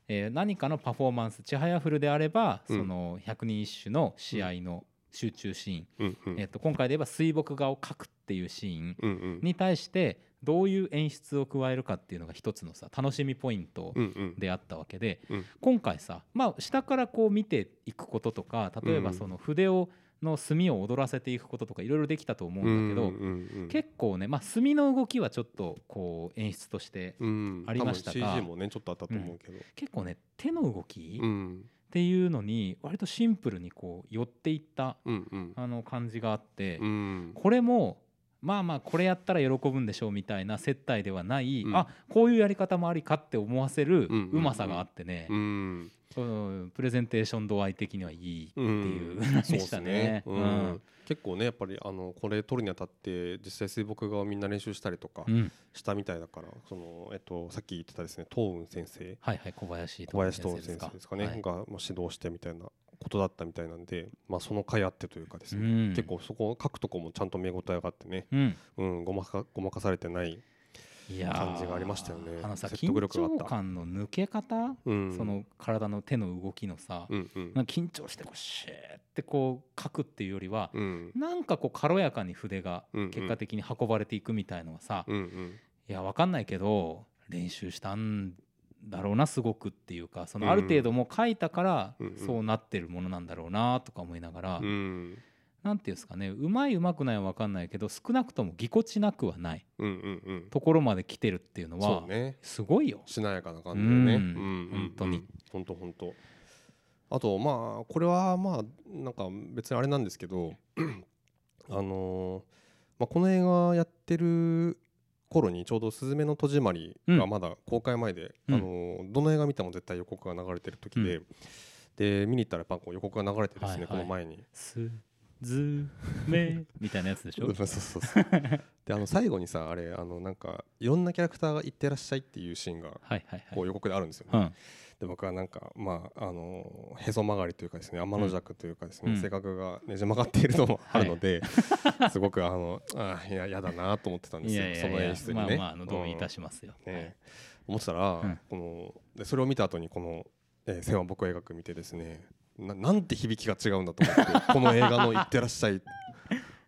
Speaker 1: えー何かのパフォーマンス「ちはやふる」であれば、
Speaker 2: うん
Speaker 1: その百人一首の試合の集中シーン、
Speaker 2: うんうん
Speaker 1: えっと今回で言えば水墨画を描くっていうシーン
Speaker 2: うんうん
Speaker 1: に対してどういう演出を加えるかっていうのが一つのさ楽しみポイント
Speaker 2: うんうん
Speaker 1: であったわけで、
Speaker 2: うん
Speaker 1: 今回さ、まあ、下からこう見ていくこととか例えば
Speaker 2: うん
Speaker 1: その筆をの墨を踊らせていくこととかいろいろできたと思うんだけど、
Speaker 2: うんうんうん
Speaker 1: 結構ね、まあ、墨の動きはちょっとこう演出として、
Speaker 2: うん
Speaker 1: ありましたが
Speaker 2: 多分 CG もねちょっとあったと思うけど、
Speaker 1: 結構ね手の動き
Speaker 2: う
Speaker 1: っ
Speaker 2: ん、
Speaker 1: ていうのに割とシンプルにこう寄っていった
Speaker 2: うんうん
Speaker 1: あの感じがあって、
Speaker 2: うん
Speaker 1: これもまあまあこれやったら喜ぶんでしょうみたいな接待ではない、
Speaker 2: うん
Speaker 1: あこういうやり方もありかって思わせる
Speaker 2: うんうんう
Speaker 1: う
Speaker 2: ん
Speaker 1: まさがあってね、
Speaker 2: うん
Speaker 1: うんプレゼンテーション度合い的にはいい
Speaker 2: うん
Speaker 1: っていう話
Speaker 2: そ
Speaker 1: で
Speaker 2: うっ
Speaker 1: した
Speaker 2: す
Speaker 1: ね。
Speaker 2: うん結構ねやっぱりあのこれ撮るにあたって実際水墨画をみんな練習したりとか
Speaker 1: うんうん
Speaker 2: したみたいだから、そのえっとさっき言ってたですね東雲先生
Speaker 1: はいはい小林徹
Speaker 2: 小林東雲
Speaker 1: 先
Speaker 2: 先
Speaker 1: 生
Speaker 2: 生
Speaker 1: で
Speaker 2: ですす
Speaker 1: か
Speaker 2: かね、
Speaker 1: はい
Speaker 2: がまあ指導してみたいなことだったみたいなんで、まあ、その甲斐あってというかです
Speaker 1: う
Speaker 2: ね、
Speaker 1: ん
Speaker 2: 結構そこ書くとこもちゃんと見応えがあってね、
Speaker 1: うん
Speaker 2: うん、ごまかごまかされてない、
Speaker 1: いやー
Speaker 2: 感じがありましたよね
Speaker 1: あのさ
Speaker 2: 説得力があっ
Speaker 1: 緊
Speaker 2: た
Speaker 1: 張感の抜け方、
Speaker 2: うん、
Speaker 1: その体の手の動きのさ、
Speaker 2: うんうん
Speaker 1: なんか緊張してこうシューってこう書くっていうよりは、
Speaker 2: うん
Speaker 1: なんかこう軽やかに筆が
Speaker 2: うんうん
Speaker 1: 結果的に運ばれていくみたいのはさ、
Speaker 2: うんうん
Speaker 1: いやわかんないけど練習したんだろうなすごくっていうかその
Speaker 2: うん
Speaker 1: ある程度もう書いたから
Speaker 2: うんうん
Speaker 1: そうなってるものなんだろうなとか思いながら、
Speaker 2: うん
Speaker 1: なんていうんですかねうまいうまくないはわかんないけど少なくともぎこちなくはない
Speaker 2: うんうんうん
Speaker 1: ところまで来てるっていうのは
Speaker 2: そうね
Speaker 1: すごいよ。
Speaker 2: しなやかな感じでね、
Speaker 1: う
Speaker 2: うんんうん
Speaker 1: 本当に
Speaker 2: 本当本当あとまあこれはまあなんか別にあれなんですけど あのーまあ、この映画やってる頃にちょうど「すずめの戸締まり」
Speaker 1: う
Speaker 2: が
Speaker 1: ん
Speaker 2: まだ公開前で、
Speaker 1: うん
Speaker 2: あのーどの映画見ても絶対予告が流れてる時で、で見に行ったらやっぱこう予告が流れてですね、
Speaker 1: はいはい
Speaker 2: この前に
Speaker 1: すずめみたいなやつで しょ
Speaker 2: そうそうそうであの最後にさあれあのなんかいろんなキャラクターが行ってらっしゃいっていうシーンが
Speaker 1: はいはい
Speaker 2: こ
Speaker 1: は
Speaker 2: う
Speaker 1: い。
Speaker 2: 予告であるんですよね、
Speaker 1: うん
Speaker 2: で僕はなんかまああのへそ曲がりというかですね天の弱というかですね、
Speaker 1: うん
Speaker 2: 性格がねじ曲がっているのもあるので、 すごくあのあーいややだなと思ってたんで
Speaker 1: い
Speaker 2: すよ
Speaker 1: やい
Speaker 2: その
Speaker 1: や
Speaker 2: 演
Speaker 1: いや、
Speaker 2: 出に
Speaker 1: まあ
Speaker 2: ね。
Speaker 1: まああの同意いた
Speaker 2: し、
Speaker 1: しますよ。
Speaker 2: ね思ってたら、
Speaker 1: うん
Speaker 2: このでそれを見た後にこの「えー、千万僕を描く」見てですねななんて響きが違うんだと 思ってこの映画の「いってらっしゃい」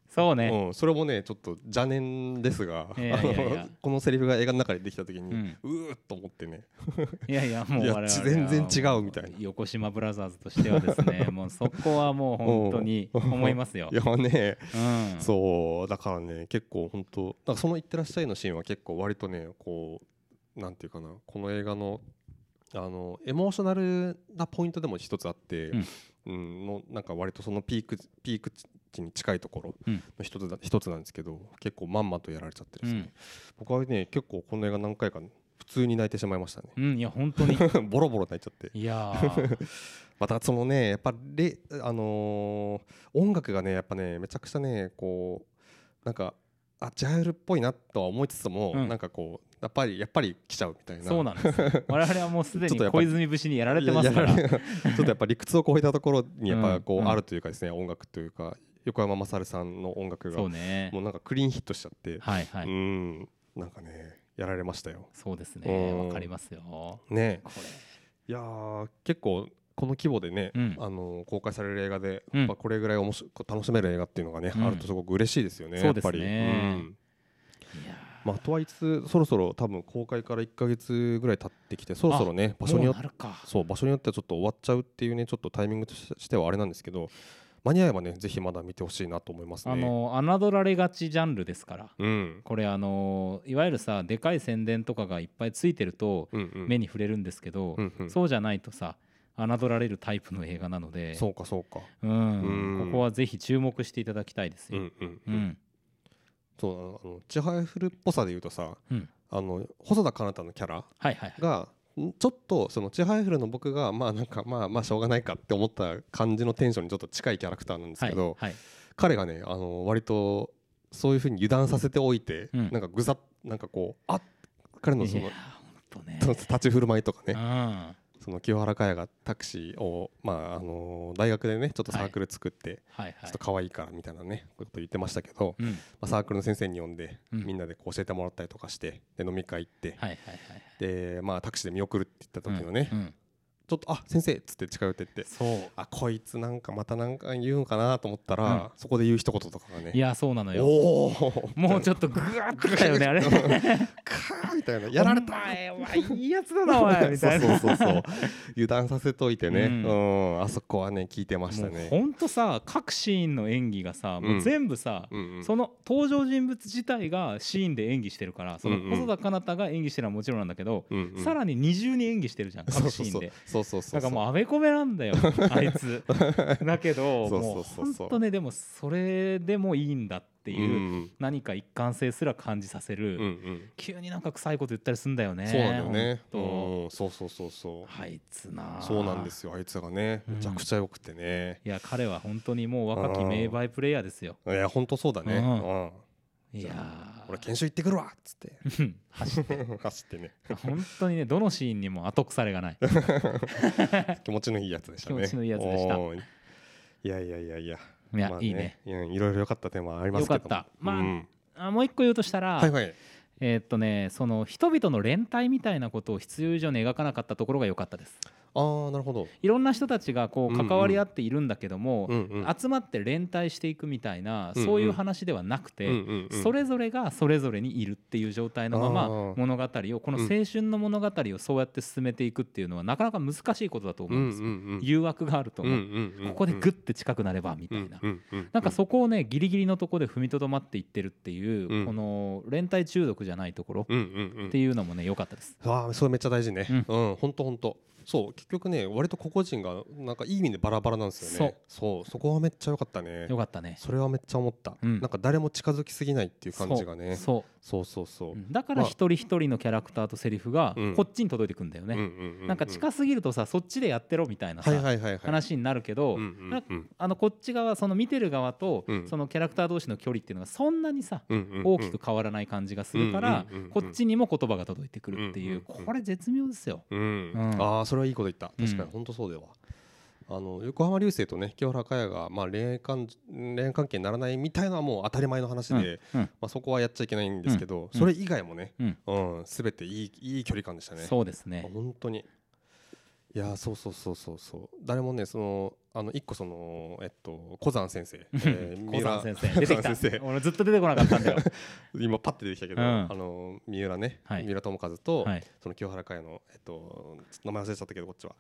Speaker 1: そうね。
Speaker 2: うん、それもねちょっと邪念ですが
Speaker 1: いやいやいや
Speaker 2: あのこのセリフが映画の中でできた時に、
Speaker 1: う
Speaker 2: うんーっと思ってね
Speaker 1: いやいや、もう
Speaker 2: いや
Speaker 1: 我々は
Speaker 2: 全然違うみたいな
Speaker 1: 横島ブラザーズとしてはです ね、もうそこはもう本当に思いますよ
Speaker 2: い。やね、
Speaker 1: うん。
Speaker 2: そうだからね結構本当なんかその「いってらっしゃい」のシーンは結構割とねこうなんていうかなこの映画のあのエモーショナルなポイントでも一つあって、
Speaker 1: うん
Speaker 2: うんのなんか割とそのピークピーク地に近いところ
Speaker 1: うん
Speaker 2: の一つだ、一つなんですけど結構まんまとやられちゃってで
Speaker 1: う
Speaker 2: すね、
Speaker 1: ん。
Speaker 2: 僕はね結構この映画何回か普通に泣いてしまいましたね
Speaker 1: うん、いや、本当に。
Speaker 2: ボロボロ泣いちゃって
Speaker 1: いや ー、
Speaker 2: またそのねやっぱりあのー音楽がねやっぱねめちゃくちゃねこうなんかあジャイルっぽいなとは思いつつも、
Speaker 1: うん
Speaker 2: なんかこうやっぱりやっぱり来ちゃうみたいな
Speaker 1: そうなんですよ。我々はもうすで
Speaker 2: ちょっと
Speaker 1: に
Speaker 2: やっぱ
Speaker 1: 小泉節にやられてますから。
Speaker 2: いややられちょっとやっぱ理屈を超えたところにやっぱこう、
Speaker 1: うん
Speaker 2: あるというかですね音楽というか横山雅治さんの音楽が
Speaker 1: そうね
Speaker 2: も。うなんかクリーンヒットしちゃって、
Speaker 1: はいは
Speaker 2: う
Speaker 1: い。
Speaker 2: んなんかねやられましたよ
Speaker 1: そうです
Speaker 2: う
Speaker 1: ね。
Speaker 2: ん
Speaker 1: わかりますよ。
Speaker 2: ね
Speaker 1: こ
Speaker 2: いやー結構この規模でね、
Speaker 1: うん
Speaker 2: あのー公開される映画で、
Speaker 1: うん
Speaker 2: やっぱこれぐらいおもし楽しめる映画っていうのがね、
Speaker 1: うん
Speaker 2: あるとすごく嬉しいですよね。
Speaker 1: そうですね
Speaker 2: やっぱりうん
Speaker 1: れ。いや
Speaker 2: まあ、とはいつつそろそろ多分公開から1か月ぐらい経ってきてそろそろね
Speaker 1: ー、
Speaker 2: 場所に
Speaker 1: も
Speaker 2: よ
Speaker 1: う
Speaker 2: っ
Speaker 1: なるか。
Speaker 2: そう場所によってはちょっと終わっちゃうっていうねちょっとタイミングとししてはあれなんですけど間に合えばねぜひまだ見てほしいなと思いますね。
Speaker 1: あの、侮られがちジャンルですから。
Speaker 2: うん
Speaker 1: これあのいわゆるさでかい宣伝とかがいっぱいついてると
Speaker 2: うんうん
Speaker 1: 目に触れるんですけど、
Speaker 2: うんうん
Speaker 1: そうじゃないとさ侮られるタイプの映画なので
Speaker 2: そうかそうか、
Speaker 1: うん
Speaker 2: うん
Speaker 1: ここはぜひ注目していただきたいです
Speaker 2: う
Speaker 1: よ。
Speaker 2: んうん
Speaker 1: う
Speaker 2: うんん、そうあのあのちはやふるっぽさで言うとさ
Speaker 1: うん
Speaker 2: あの細田かなたのキャラ
Speaker 1: はいはいはい。
Speaker 2: がんちょっとそのチハイフルの僕がまあなんかまあまあしょうがないかって思った感じのテンションにちょっと近いキャラクターなんです
Speaker 1: は
Speaker 2: け
Speaker 1: い
Speaker 2: ど、
Speaker 1: はい、
Speaker 2: 彼がねあの割とそういうふうに油断させておいて、
Speaker 1: うん
Speaker 2: なんかぐざっなんかこうあっ彼のそ
Speaker 1: い
Speaker 2: の
Speaker 1: やほんとね。
Speaker 2: 立ち振る舞いとか
Speaker 1: う
Speaker 2: ね
Speaker 1: ん
Speaker 2: その清原果耶がタクシーを、まああの大学でねちょっとサークル作って、
Speaker 1: はい
Speaker 2: ちょ
Speaker 1: は
Speaker 2: っ
Speaker 1: い
Speaker 2: と。可愛いからみたいなねこと言ってましたけど、
Speaker 1: うん、はい
Speaker 2: まあ、サークルの先生に呼んで、
Speaker 1: うん
Speaker 2: みんなでこう教えてもらったりとかしてで飲み会行って、
Speaker 1: はいはいはい。
Speaker 2: でまあタクシーで見送るって言った時のね、
Speaker 1: うんうん
Speaker 2: ちょっと「あ先生」っつって近寄ってって
Speaker 1: そ
Speaker 2: あこいつなんかまたなんか言うんかなと思ったら、そこで言う一言とかがね
Speaker 1: う。いやそうなのよ。
Speaker 2: おお
Speaker 1: もうち
Speaker 2: ょ
Speaker 1: ょ
Speaker 2: っ
Speaker 1: っとグワッときたよねあれ。
Speaker 2: とみたいなやられた
Speaker 1: お前はいいやつだなお前みたいな。
Speaker 2: そうそうそうそう油断させといてね、
Speaker 1: う
Speaker 2: うんんあそこはね聞いてまし
Speaker 1: も
Speaker 2: た
Speaker 1: う
Speaker 2: ね
Speaker 1: ほんとさ各シーンの演技がさもう全部さ、
Speaker 2: うんうん
Speaker 1: その登場人物自体がシーンで演技してるからその
Speaker 2: うんうん
Speaker 1: 細田佳央太が演技してるのはもちろんなんだけど、
Speaker 2: うんうん
Speaker 1: さらに二重に演技してるじゃん各シーンで。
Speaker 2: そうそ
Speaker 1: だ
Speaker 2: うそうそう
Speaker 1: からもうあべこべなんだよあい つだけど
Speaker 2: そう
Speaker 1: もう
Speaker 2: そうそうそ
Speaker 1: 本
Speaker 2: う
Speaker 1: 当ねでもそれでもいいんだっていう、
Speaker 2: うん
Speaker 1: 何か一貫性すら感じさせる、
Speaker 2: うんうん
Speaker 1: 急になんか臭いこと言ったりすんだよね
Speaker 2: そうなんだよね、
Speaker 1: ほんと
Speaker 2: うん、そうそうそうそう
Speaker 1: あいつな
Speaker 2: そうなんですすよあいつがね
Speaker 1: うん
Speaker 2: めちゃくちゃ良くてね、
Speaker 1: いや彼は本当にもう若き名バイプレイヤーですよ
Speaker 2: いや本当そうだね、
Speaker 1: う
Speaker 2: うんん
Speaker 1: いやー
Speaker 2: 俺研修行ってくるわっつって
Speaker 1: うん走っ
Speaker 2: 走ってね
Speaker 1: て 本当にねどのシーンにも後腐れがない
Speaker 2: 気持ちのいいやつでしたね
Speaker 1: 気持ちのいいやつでした
Speaker 2: おーいやいやいやいや
Speaker 1: いや、
Speaker 2: まあ
Speaker 1: いいね
Speaker 2: うんいろいろ良かった点はありますけど
Speaker 1: 良かったまあ
Speaker 2: うん
Speaker 1: あもう一個言うとしたら、
Speaker 2: はいはい
Speaker 1: えーっとねその人々の連帯みたいなことを必要以上に描かなかったところが良かったです
Speaker 2: ああなるほど
Speaker 1: いろんな人たちがこう
Speaker 2: うんう
Speaker 1: 関
Speaker 2: ん
Speaker 1: わり合っているんだけども、
Speaker 2: うんうん
Speaker 1: 集まって連帯していくみたいな、
Speaker 2: うんうん
Speaker 1: そういう話ではなくて、
Speaker 2: うんうんうん
Speaker 1: それぞれがそれぞれにいるっていう状態のま
Speaker 2: あ
Speaker 1: ま
Speaker 2: ー
Speaker 1: 物語をこの
Speaker 2: うん
Speaker 1: 青春の物語をそうやって進めていくっていうのはなかなか難しいことだと思
Speaker 2: う
Speaker 1: うん
Speaker 2: ん
Speaker 1: ですよ、
Speaker 2: うん
Speaker 1: 誘惑があると思う、
Speaker 2: うん
Speaker 1: ここでグッて近くなればみたいな、
Speaker 2: うんうんうん
Speaker 1: なんかそこをねギリギリのとこで踏みとどまっていってるっていう、
Speaker 2: うん
Speaker 1: この連帯中毒じゃないところ
Speaker 2: うんうんうん
Speaker 1: っていうのもね良かったです。
Speaker 2: ああそれめっちゃ大事ね
Speaker 1: う
Speaker 2: うん本当本当そう結局ね割と個々人がなんかいい意味でバラバラなんですよねそうそこはめっちゃ良かったね
Speaker 1: 良かったね。
Speaker 2: それはめっちゃ思った
Speaker 1: うん
Speaker 2: なんか誰も近づきすぎないっていう感じがね
Speaker 1: そう
Speaker 2: そうそうそう
Speaker 1: そううんだから
Speaker 2: まあ
Speaker 1: 一人一人のキャラクターとセリフが
Speaker 2: うん
Speaker 1: こっちに届いてくんだよ
Speaker 2: う
Speaker 1: ね。
Speaker 2: ん
Speaker 1: なんか近すぎるとさそっちでやってろみたいな
Speaker 2: はいはい
Speaker 1: さ
Speaker 2: はいはい
Speaker 1: 話になるけど
Speaker 2: うんうん
Speaker 1: なんか
Speaker 2: うん
Speaker 1: あのこっち側その見てる側と
Speaker 2: うん
Speaker 1: そのキャラクター同士の距離っていうのがそんなにさ
Speaker 2: うんうんうん
Speaker 1: 大きく変わらない感じがするから
Speaker 2: うんうんうんうん
Speaker 1: こっちにも言葉が届いてくるっていう
Speaker 2: うんうんうん
Speaker 1: これ絶妙ですよ。
Speaker 2: うん、
Speaker 1: うん
Speaker 2: ああそれはいいこと言った確か
Speaker 1: うん
Speaker 2: に本当そうでは、あの横浜流星とね清原果耶が、まあ、恋愛関恋愛関係にならないみたいなのはもう当たり前の話で、
Speaker 1: うんうん
Speaker 2: まあ、そこはやっちゃいけないんですけど、
Speaker 1: うん
Speaker 2: それ以外もね、
Speaker 1: うん
Speaker 2: うん、全ていいいい距離感でしたね。
Speaker 1: そうですね。
Speaker 2: 本当にいやーそうそうそうそうそう誰もねそのあの一個そのえっと小山先生、 えー
Speaker 1: 小山
Speaker 2: 三
Speaker 1: 先生出
Speaker 2: 浦
Speaker 1: てき
Speaker 2: 小山先
Speaker 1: た。俺ずっと出てこなかったん だよ。
Speaker 2: 生今パッて出てきたけど、
Speaker 1: うん
Speaker 2: あの三浦ね、
Speaker 1: はい
Speaker 2: 三浦友和と、
Speaker 1: はい。
Speaker 2: その清原会のえっと名前忘れちゃったけどこっちは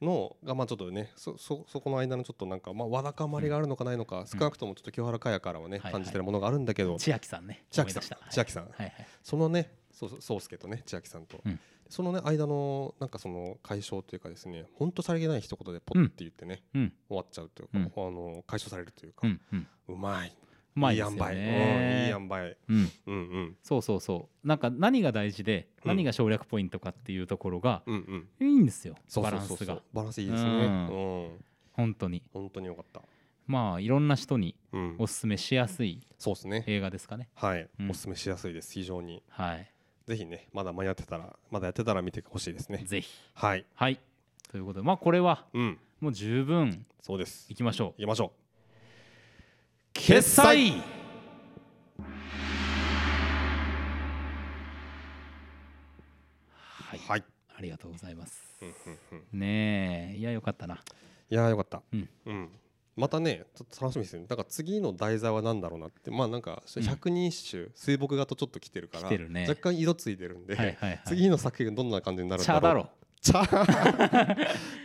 Speaker 2: のがまあちょっとねそそそこの間のちょっとなんかまあわだかまりがあるのかないのか、少なくともちょっと清原会からは
Speaker 1: は
Speaker 2: ね、
Speaker 1: いはい
Speaker 2: 感じてるものがあるんだけど、
Speaker 1: 千秋さんね。
Speaker 2: 千秋さん
Speaker 1: 思い出した
Speaker 2: 千秋さん
Speaker 1: はいはいはい。
Speaker 2: そのねそうそう宗介とね千秋さんと、
Speaker 1: うん
Speaker 2: そのね間のなんかその解消というかですねほんとさりげない一言でポッて言ってね、
Speaker 1: うん
Speaker 2: 終わっちゃうというか、
Speaker 1: うん
Speaker 2: あの解消されるというか、
Speaker 1: う
Speaker 2: うん
Speaker 1: うん。
Speaker 2: まい
Speaker 1: まいで
Speaker 2: 塩
Speaker 1: すよ
Speaker 2: 梅うんいい
Speaker 1: ね。
Speaker 2: 塩梅
Speaker 1: うん。
Speaker 2: うんうん
Speaker 1: そうそうそう。なんか何が大事で
Speaker 2: うん
Speaker 1: 何が省略ポイントかっていうところが
Speaker 2: うんうん
Speaker 1: いいんですよ。
Speaker 2: そう
Speaker 1: バ
Speaker 2: そ
Speaker 1: ラ
Speaker 2: う
Speaker 1: ン
Speaker 2: そう
Speaker 1: ス
Speaker 2: そ
Speaker 1: が
Speaker 2: うバランスいいです
Speaker 1: う
Speaker 2: ねうんん
Speaker 1: 本当に。
Speaker 2: 本当によかった
Speaker 1: まあいろんな人に
Speaker 2: うん
Speaker 1: おすすめしやすい
Speaker 2: そうですね
Speaker 1: 映画ですかね。
Speaker 2: はい、
Speaker 1: うん
Speaker 2: おすすめしやすいです非常に
Speaker 1: はい。
Speaker 2: ぜひねまだ間に合ってたらまだやってたら見てほしいですね
Speaker 1: ぜひ。
Speaker 2: はい
Speaker 1: はい。ということでまあこれは
Speaker 2: うん
Speaker 1: もう十分
Speaker 2: そうです
Speaker 1: いきましょう。
Speaker 2: 行きましょ
Speaker 1: 決済は
Speaker 2: う
Speaker 1: い、
Speaker 2: はい、
Speaker 1: ありがとうございます。
Speaker 2: うんうんうん
Speaker 1: ねえ、いや、よかったな。
Speaker 2: いやーよかった、
Speaker 1: うん
Speaker 2: またねちょっと楽しみですよねだから次の題材は何だろうなってまあなんか
Speaker 1: うん
Speaker 2: 百人一首、水墨画とちょっと来てるから
Speaker 1: 来てるね
Speaker 2: 若干色ついてるんで、
Speaker 1: はいはいはい。
Speaker 2: 次の作品どんな感じになるんだ
Speaker 1: 茶だ
Speaker 2: ろう
Speaker 1: ろ。
Speaker 2: 茶だろ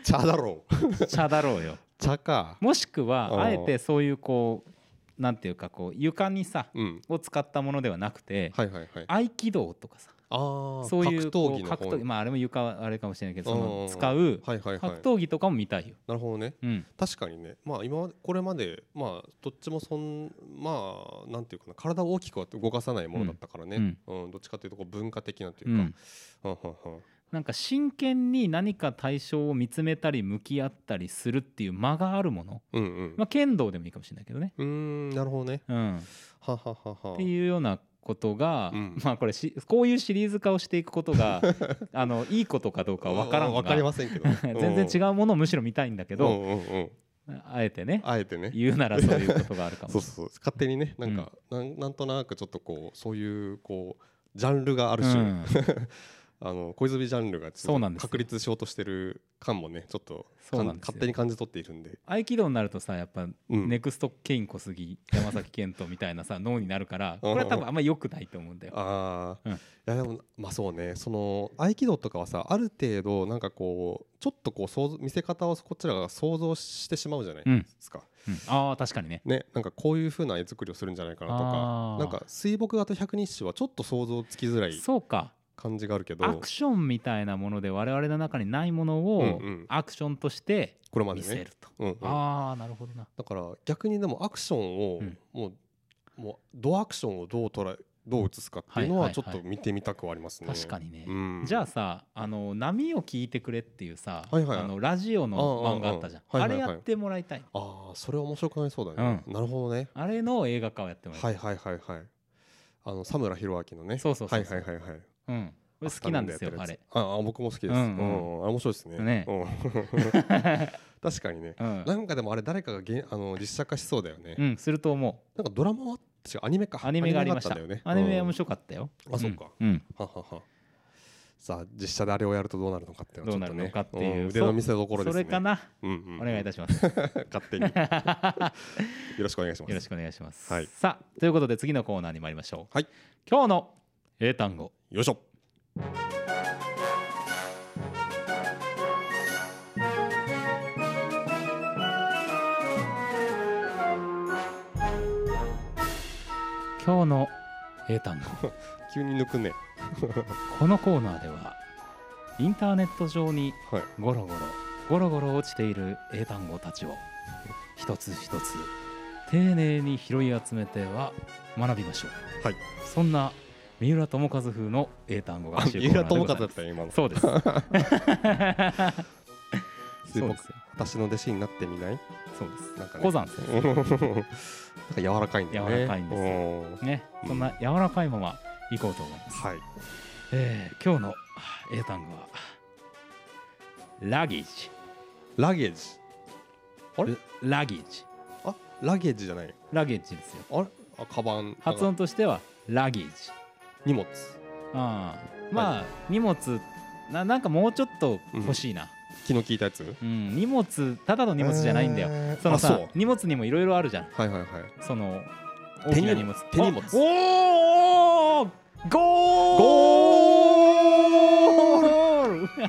Speaker 2: 茶 だろう
Speaker 1: 茶だろうよ。
Speaker 2: 茶か
Speaker 1: もしくは、
Speaker 2: あ
Speaker 1: あ
Speaker 2: ー
Speaker 1: えてそういうこう、なんていうか、こう、床にさ、
Speaker 2: うん
Speaker 1: を使ったものではなくて、
Speaker 2: はいはいはいあ
Speaker 1: 合気道とかさ、
Speaker 2: あー
Speaker 1: そういう
Speaker 2: 格
Speaker 1: こ
Speaker 2: 闘
Speaker 1: う
Speaker 2: 技の
Speaker 1: 格闘技、
Speaker 2: 方
Speaker 1: まあ、あれも床はあれかもしれないけど、そ
Speaker 2: うんうん
Speaker 1: の
Speaker 2: うん
Speaker 1: 使う
Speaker 2: はいはいはい
Speaker 1: 格闘技とかも見たいよ。
Speaker 2: なるほどね
Speaker 1: うん、
Speaker 2: 確かにねまあ今までこれまでまあどっちもそんまあなんていうかな体を大きくは動かさないものだったからね、うんどっちかというとこう文化的なといううか、
Speaker 1: ん、
Speaker 2: うんうんうん
Speaker 1: なんか真剣に何か対象を見つめたり向き合ったりするっていう間があるもの、
Speaker 2: うんうん。
Speaker 1: まあ、剣道でもいいかもしれないけどね、
Speaker 2: うーん、なるほどね。
Speaker 1: うん、っ
Speaker 2: はははは。
Speaker 1: ていうようなことが、
Speaker 2: うん
Speaker 1: まあこれしこういうシリーズ化をしていくこと があのいいことかどうかは分からんが。
Speaker 2: わかりませんけど
Speaker 1: 全然違うものをむしろ見たいんだけ
Speaker 2: け
Speaker 1: ど、
Speaker 2: うんうんうん。
Speaker 1: あえてね
Speaker 2: あえてね。
Speaker 1: 言うならそういうことがあるかもし
Speaker 2: そ
Speaker 1: れ
Speaker 2: うそうそう。勝手にね、なんか、なん、なんとなくちょっとこう、そういうこう。ジャンルがある
Speaker 1: ない。
Speaker 2: 種、
Speaker 1: うん
Speaker 2: あの小泉ジャンルがちょっと
Speaker 1: そうなんですよ
Speaker 2: 確立しようとしてる感もねちょっと
Speaker 1: そう
Speaker 2: かん
Speaker 1: なんですよ
Speaker 2: 勝手に感じ取っているんで、
Speaker 1: 合気道になるとさやっぱ
Speaker 2: うん
Speaker 1: ネクストケイン小杉山崎賢人みたいなさ脳になるからこれは多分あんま良くないと思うんだよ。
Speaker 2: ああ、
Speaker 1: うん
Speaker 2: いやでもまあそうねその合気道とかはさある程度なんかこうちょっとこう想像見せ方をこちらが想像してしまうじゃないですか、
Speaker 1: うんああ確かにね。
Speaker 2: ね、なんかこういう風な絵作りをするんじゃないかなと
Speaker 1: あ
Speaker 2: か
Speaker 1: ー
Speaker 2: なんか水墨画と百日紙はちょっと想像つきづらい
Speaker 1: そうか
Speaker 2: 感じがあるけど
Speaker 1: アクションみたいなもので我々の中にないものを
Speaker 2: うんうん
Speaker 1: アクションとして
Speaker 2: これまで
Speaker 1: 見せ
Speaker 2: ね
Speaker 1: る、と。
Speaker 2: うんうん、だ
Speaker 1: ああなるほどな。
Speaker 2: から逆にでもアクションを
Speaker 1: うん
Speaker 2: もう,、もうドアクションをどう捉えどう映すかっていうの
Speaker 1: は
Speaker 2: はいち
Speaker 1: は
Speaker 2: ょ
Speaker 1: いは
Speaker 2: っ
Speaker 1: い
Speaker 2: と見てみたくはありますね。
Speaker 1: 確かにね。
Speaker 2: うん、
Speaker 1: じゃあさあの波を聞いてくれっていうさ、
Speaker 2: はいはい
Speaker 1: あのラジオの漫画あったじゃん
Speaker 2: うんうんうんはいはい
Speaker 1: あ
Speaker 2: はい
Speaker 1: れやってもらいたい
Speaker 2: あーそれは面白くなりそうだね、なるほどね
Speaker 1: あれの映画化をやってもらいた、
Speaker 2: はいいはいはいはいあの佐村弘明のね
Speaker 1: そうそうそうそう
Speaker 2: はいはいはいはい
Speaker 1: うん、俺好きなんですよあ
Speaker 2: 朝なんだ
Speaker 1: れ
Speaker 2: やっ、てるやつああ僕も好きです、
Speaker 1: う
Speaker 2: うんん
Speaker 1: う
Speaker 2: うんんあ面白いですね
Speaker 1: ね
Speaker 2: うん 確かにね
Speaker 1: うん
Speaker 2: なんかでもあれ誰かがげんあの実写化しそうだよね、
Speaker 1: うん、すると思う
Speaker 2: なんかドラマは違うアニメか
Speaker 1: アニメがありました
Speaker 2: アニメがあった
Speaker 1: ア
Speaker 2: んだ
Speaker 1: ニ
Speaker 2: よね
Speaker 1: メは
Speaker 2: うん
Speaker 1: 面白かったよ、
Speaker 2: あそうか
Speaker 1: うん、
Speaker 2: はははさあ実写であれをやるとどうなるのかっていうのはちょっと
Speaker 1: どうなる
Speaker 2: ね
Speaker 1: のかっていう
Speaker 2: うん腕の見せ所です
Speaker 1: そ
Speaker 2: ね
Speaker 1: れかな、
Speaker 2: うんうんうん
Speaker 1: お願いいたしますよ
Speaker 2: 勝手によろしくお願いします
Speaker 1: ろしくお願いします、
Speaker 2: はい
Speaker 1: さあということで次のコーナーに参りましょう、
Speaker 2: はい、
Speaker 1: 今日の英単語
Speaker 2: よいしょ
Speaker 1: 今日の英単語
Speaker 2: 急に抜くね
Speaker 1: このコーナーではインターネット上に
Speaker 2: はい
Speaker 1: ゴロゴロゴロゴロ落ちている英単語たちを一つ一つ丁寧に拾い集めては学びましょう、
Speaker 2: はい、
Speaker 1: そんな三浦友和風の英単語
Speaker 2: あ
Speaker 1: 学習コーナ
Speaker 2: 三
Speaker 1: ー
Speaker 2: 浦
Speaker 1: で
Speaker 2: 友
Speaker 1: ございま
Speaker 2: 和だっ
Speaker 1: す
Speaker 2: たよ今の
Speaker 1: そうです
Speaker 2: 水
Speaker 1: そう
Speaker 2: 墨
Speaker 1: ですよ
Speaker 2: 私の弟子になってみない
Speaker 1: そうです
Speaker 2: なんかね
Speaker 1: 小山先
Speaker 2: うんなんか柔らかいんだよね
Speaker 1: 柔らかいんですよ
Speaker 2: うん
Speaker 1: 生ねそんな柔らかいままいこうと思います、
Speaker 2: はい
Speaker 1: えー今日の英単語はラギージ
Speaker 2: ラゲージあれ
Speaker 1: ラギージ
Speaker 2: あラゲージじゃない
Speaker 1: ラゲージですよ
Speaker 2: あれあカバン
Speaker 1: 発音としてはラギージ
Speaker 2: 荷物
Speaker 1: ああまあ、荷物ななんかもうちょっと欲しいな、
Speaker 2: 気の利いたやつ
Speaker 1: うん荷物ただの荷物じゃないんだよ、
Speaker 2: えー
Speaker 1: その
Speaker 2: あ
Speaker 1: さ
Speaker 2: そう
Speaker 1: 荷物にもいろいろあるじゃん
Speaker 2: はいはいはい
Speaker 1: その大
Speaker 2: 手
Speaker 1: き
Speaker 2: 荷
Speaker 1: な荷
Speaker 2: 物
Speaker 1: 物
Speaker 2: 手荷物
Speaker 1: あおーゴール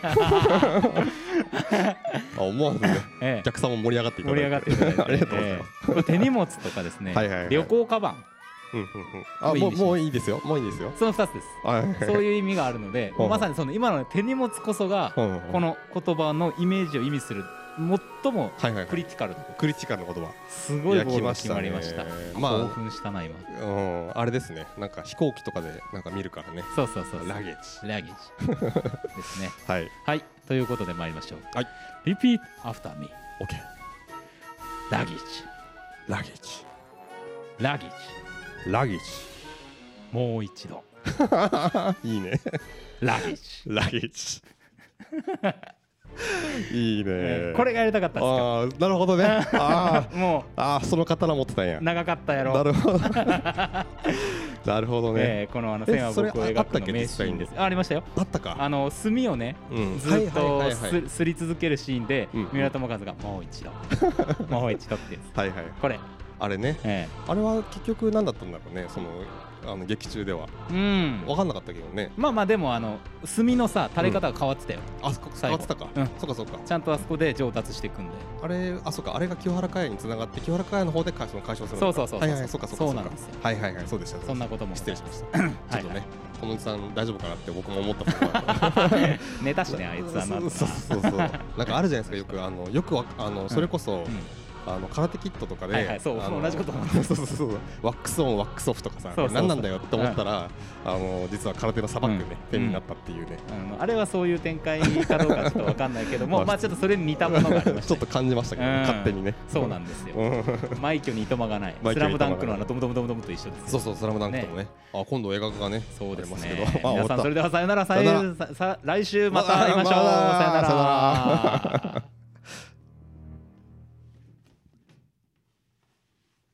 Speaker 2: あ思わず ね
Speaker 1: え
Speaker 2: お
Speaker 1: え
Speaker 2: 客さんも盛り上がっていた
Speaker 1: 盛
Speaker 2: だ
Speaker 1: り上
Speaker 2: い
Speaker 1: がっていただいて
Speaker 2: ありがとうございます、
Speaker 1: ええこれ手荷物とかですね
Speaker 2: はいはいはい
Speaker 1: 旅行カバン
Speaker 2: うんうんうんあもうもういいですよもういいですよ
Speaker 1: その2つです
Speaker 2: はい
Speaker 1: そういう意味があるので
Speaker 2: ほうほう
Speaker 1: まさにその今の手荷物こそが
Speaker 2: うんうん
Speaker 1: この言葉のイメージを意味する最も
Speaker 2: はいはいはい
Speaker 1: クリティカルな
Speaker 2: クリティカルな言葉
Speaker 1: すごいゴールが決まりました
Speaker 2: いや来ましたねまあ
Speaker 1: 興奮したな今
Speaker 2: うんあれですねなんか飛行機とかでなんか見るからね
Speaker 1: そうそうそうそう
Speaker 2: ラゲージ
Speaker 1: ラ ギージですね
Speaker 2: はい
Speaker 1: はいということで参りましょう
Speaker 2: はい
Speaker 1: Repeat after me
Speaker 2: オッケー
Speaker 1: ラギージ
Speaker 2: ラゲージ
Speaker 1: ラギージ
Speaker 2: ラゲージ
Speaker 1: もう一度
Speaker 2: あいいね
Speaker 1: ラギージ
Speaker 2: ラゲー ジいいね
Speaker 1: これがやりたかったんで
Speaker 2: ああなるほど ねあ
Speaker 1: すよも
Speaker 2: ああーその刀持ってたんや
Speaker 1: う長かったやろ
Speaker 2: なるほ どなるほどね
Speaker 1: えーこのあの
Speaker 2: え
Speaker 1: 線は僕を
Speaker 2: それあ
Speaker 1: 描く
Speaker 2: あったっ
Speaker 1: の
Speaker 2: け
Speaker 1: 名シーンで
Speaker 2: 実際
Speaker 1: すあありましたよ
Speaker 2: あったか
Speaker 1: あの墨をね
Speaker 2: うん
Speaker 1: ずっ
Speaker 2: は
Speaker 1: と
Speaker 2: いはいはいはい
Speaker 1: すすり続けるシーンで
Speaker 2: うんうん
Speaker 1: 三浦友和がもう一 度もう一度ってやつ
Speaker 2: はいはい
Speaker 1: これ
Speaker 2: あれね
Speaker 1: え
Speaker 2: あれは結局何だったんだろうねそのあの劇中では
Speaker 1: えうん
Speaker 2: 分かんなかったけどね
Speaker 1: まあまあでもあの墨のさ垂れ方が変わってたよ
Speaker 2: あそこ
Speaker 1: 最
Speaker 2: 変
Speaker 1: 後
Speaker 2: わってたか、
Speaker 1: うん
Speaker 2: そっかそっか
Speaker 1: ちゃんとあそこで上達していくんで
Speaker 2: あれあそっかあれが清原会につながって清原会の方で解消解消するのか
Speaker 1: そうそうそうそう
Speaker 2: はいはいはいそっかそっか
Speaker 1: そう
Speaker 2: っ
Speaker 1: なん
Speaker 2: か
Speaker 1: ですよ
Speaker 2: はいはいはいそうでした
Speaker 1: そんなことも
Speaker 2: 失礼しました
Speaker 1: は
Speaker 2: ちょ
Speaker 1: い
Speaker 2: っとねこのおじさん大丈夫かなって僕も思ったもん
Speaker 1: ネタしねあいつはな
Speaker 2: そ
Speaker 1: ん
Speaker 2: う
Speaker 1: と
Speaker 2: そう
Speaker 1: か
Speaker 2: そうそうなんかあるじゃないですかよくあのよくわあのそれこそ、
Speaker 1: うん
Speaker 2: あの空手キットとかで、
Speaker 1: はいはいそう
Speaker 2: あの
Speaker 1: 同じこと思った
Speaker 2: そうそうそうそうワックスオンワックスオフとかさ
Speaker 1: そうそうそう
Speaker 2: 何なんだよって思ったら、あの実は空手の砂漠ね、
Speaker 1: う
Speaker 2: 手
Speaker 1: ん
Speaker 2: になったっていうね、
Speaker 1: あのあれはそういう展開かどうかちょっとわかんないけどもまあちょっとそれに似たものがありまし
Speaker 2: ち
Speaker 1: た
Speaker 2: ょっと感じましたけど、ね
Speaker 1: うん
Speaker 2: 勝手にね
Speaker 1: そうなんです
Speaker 2: う
Speaker 1: よ
Speaker 2: ん
Speaker 1: 枚挙にいとまがない
Speaker 2: 枚
Speaker 1: ス
Speaker 2: 挙
Speaker 1: ラ
Speaker 2: にい
Speaker 1: ム
Speaker 2: と
Speaker 1: ダ
Speaker 2: まがない
Speaker 1: ンクのあのドムドムドムドムと一緒ですよ
Speaker 2: そうそうスラムダンクともねあ今度映画がね
Speaker 1: そうです
Speaker 2: あり
Speaker 1: ね
Speaker 2: ますけ。どあ
Speaker 1: 皆
Speaker 2: 終
Speaker 1: さ
Speaker 2: わ
Speaker 1: ん
Speaker 2: っ
Speaker 1: それ
Speaker 2: た
Speaker 1: ではさよならさよ
Speaker 2: さよ
Speaker 1: ささ来週また会いましょう。
Speaker 2: また
Speaker 1: さよなら。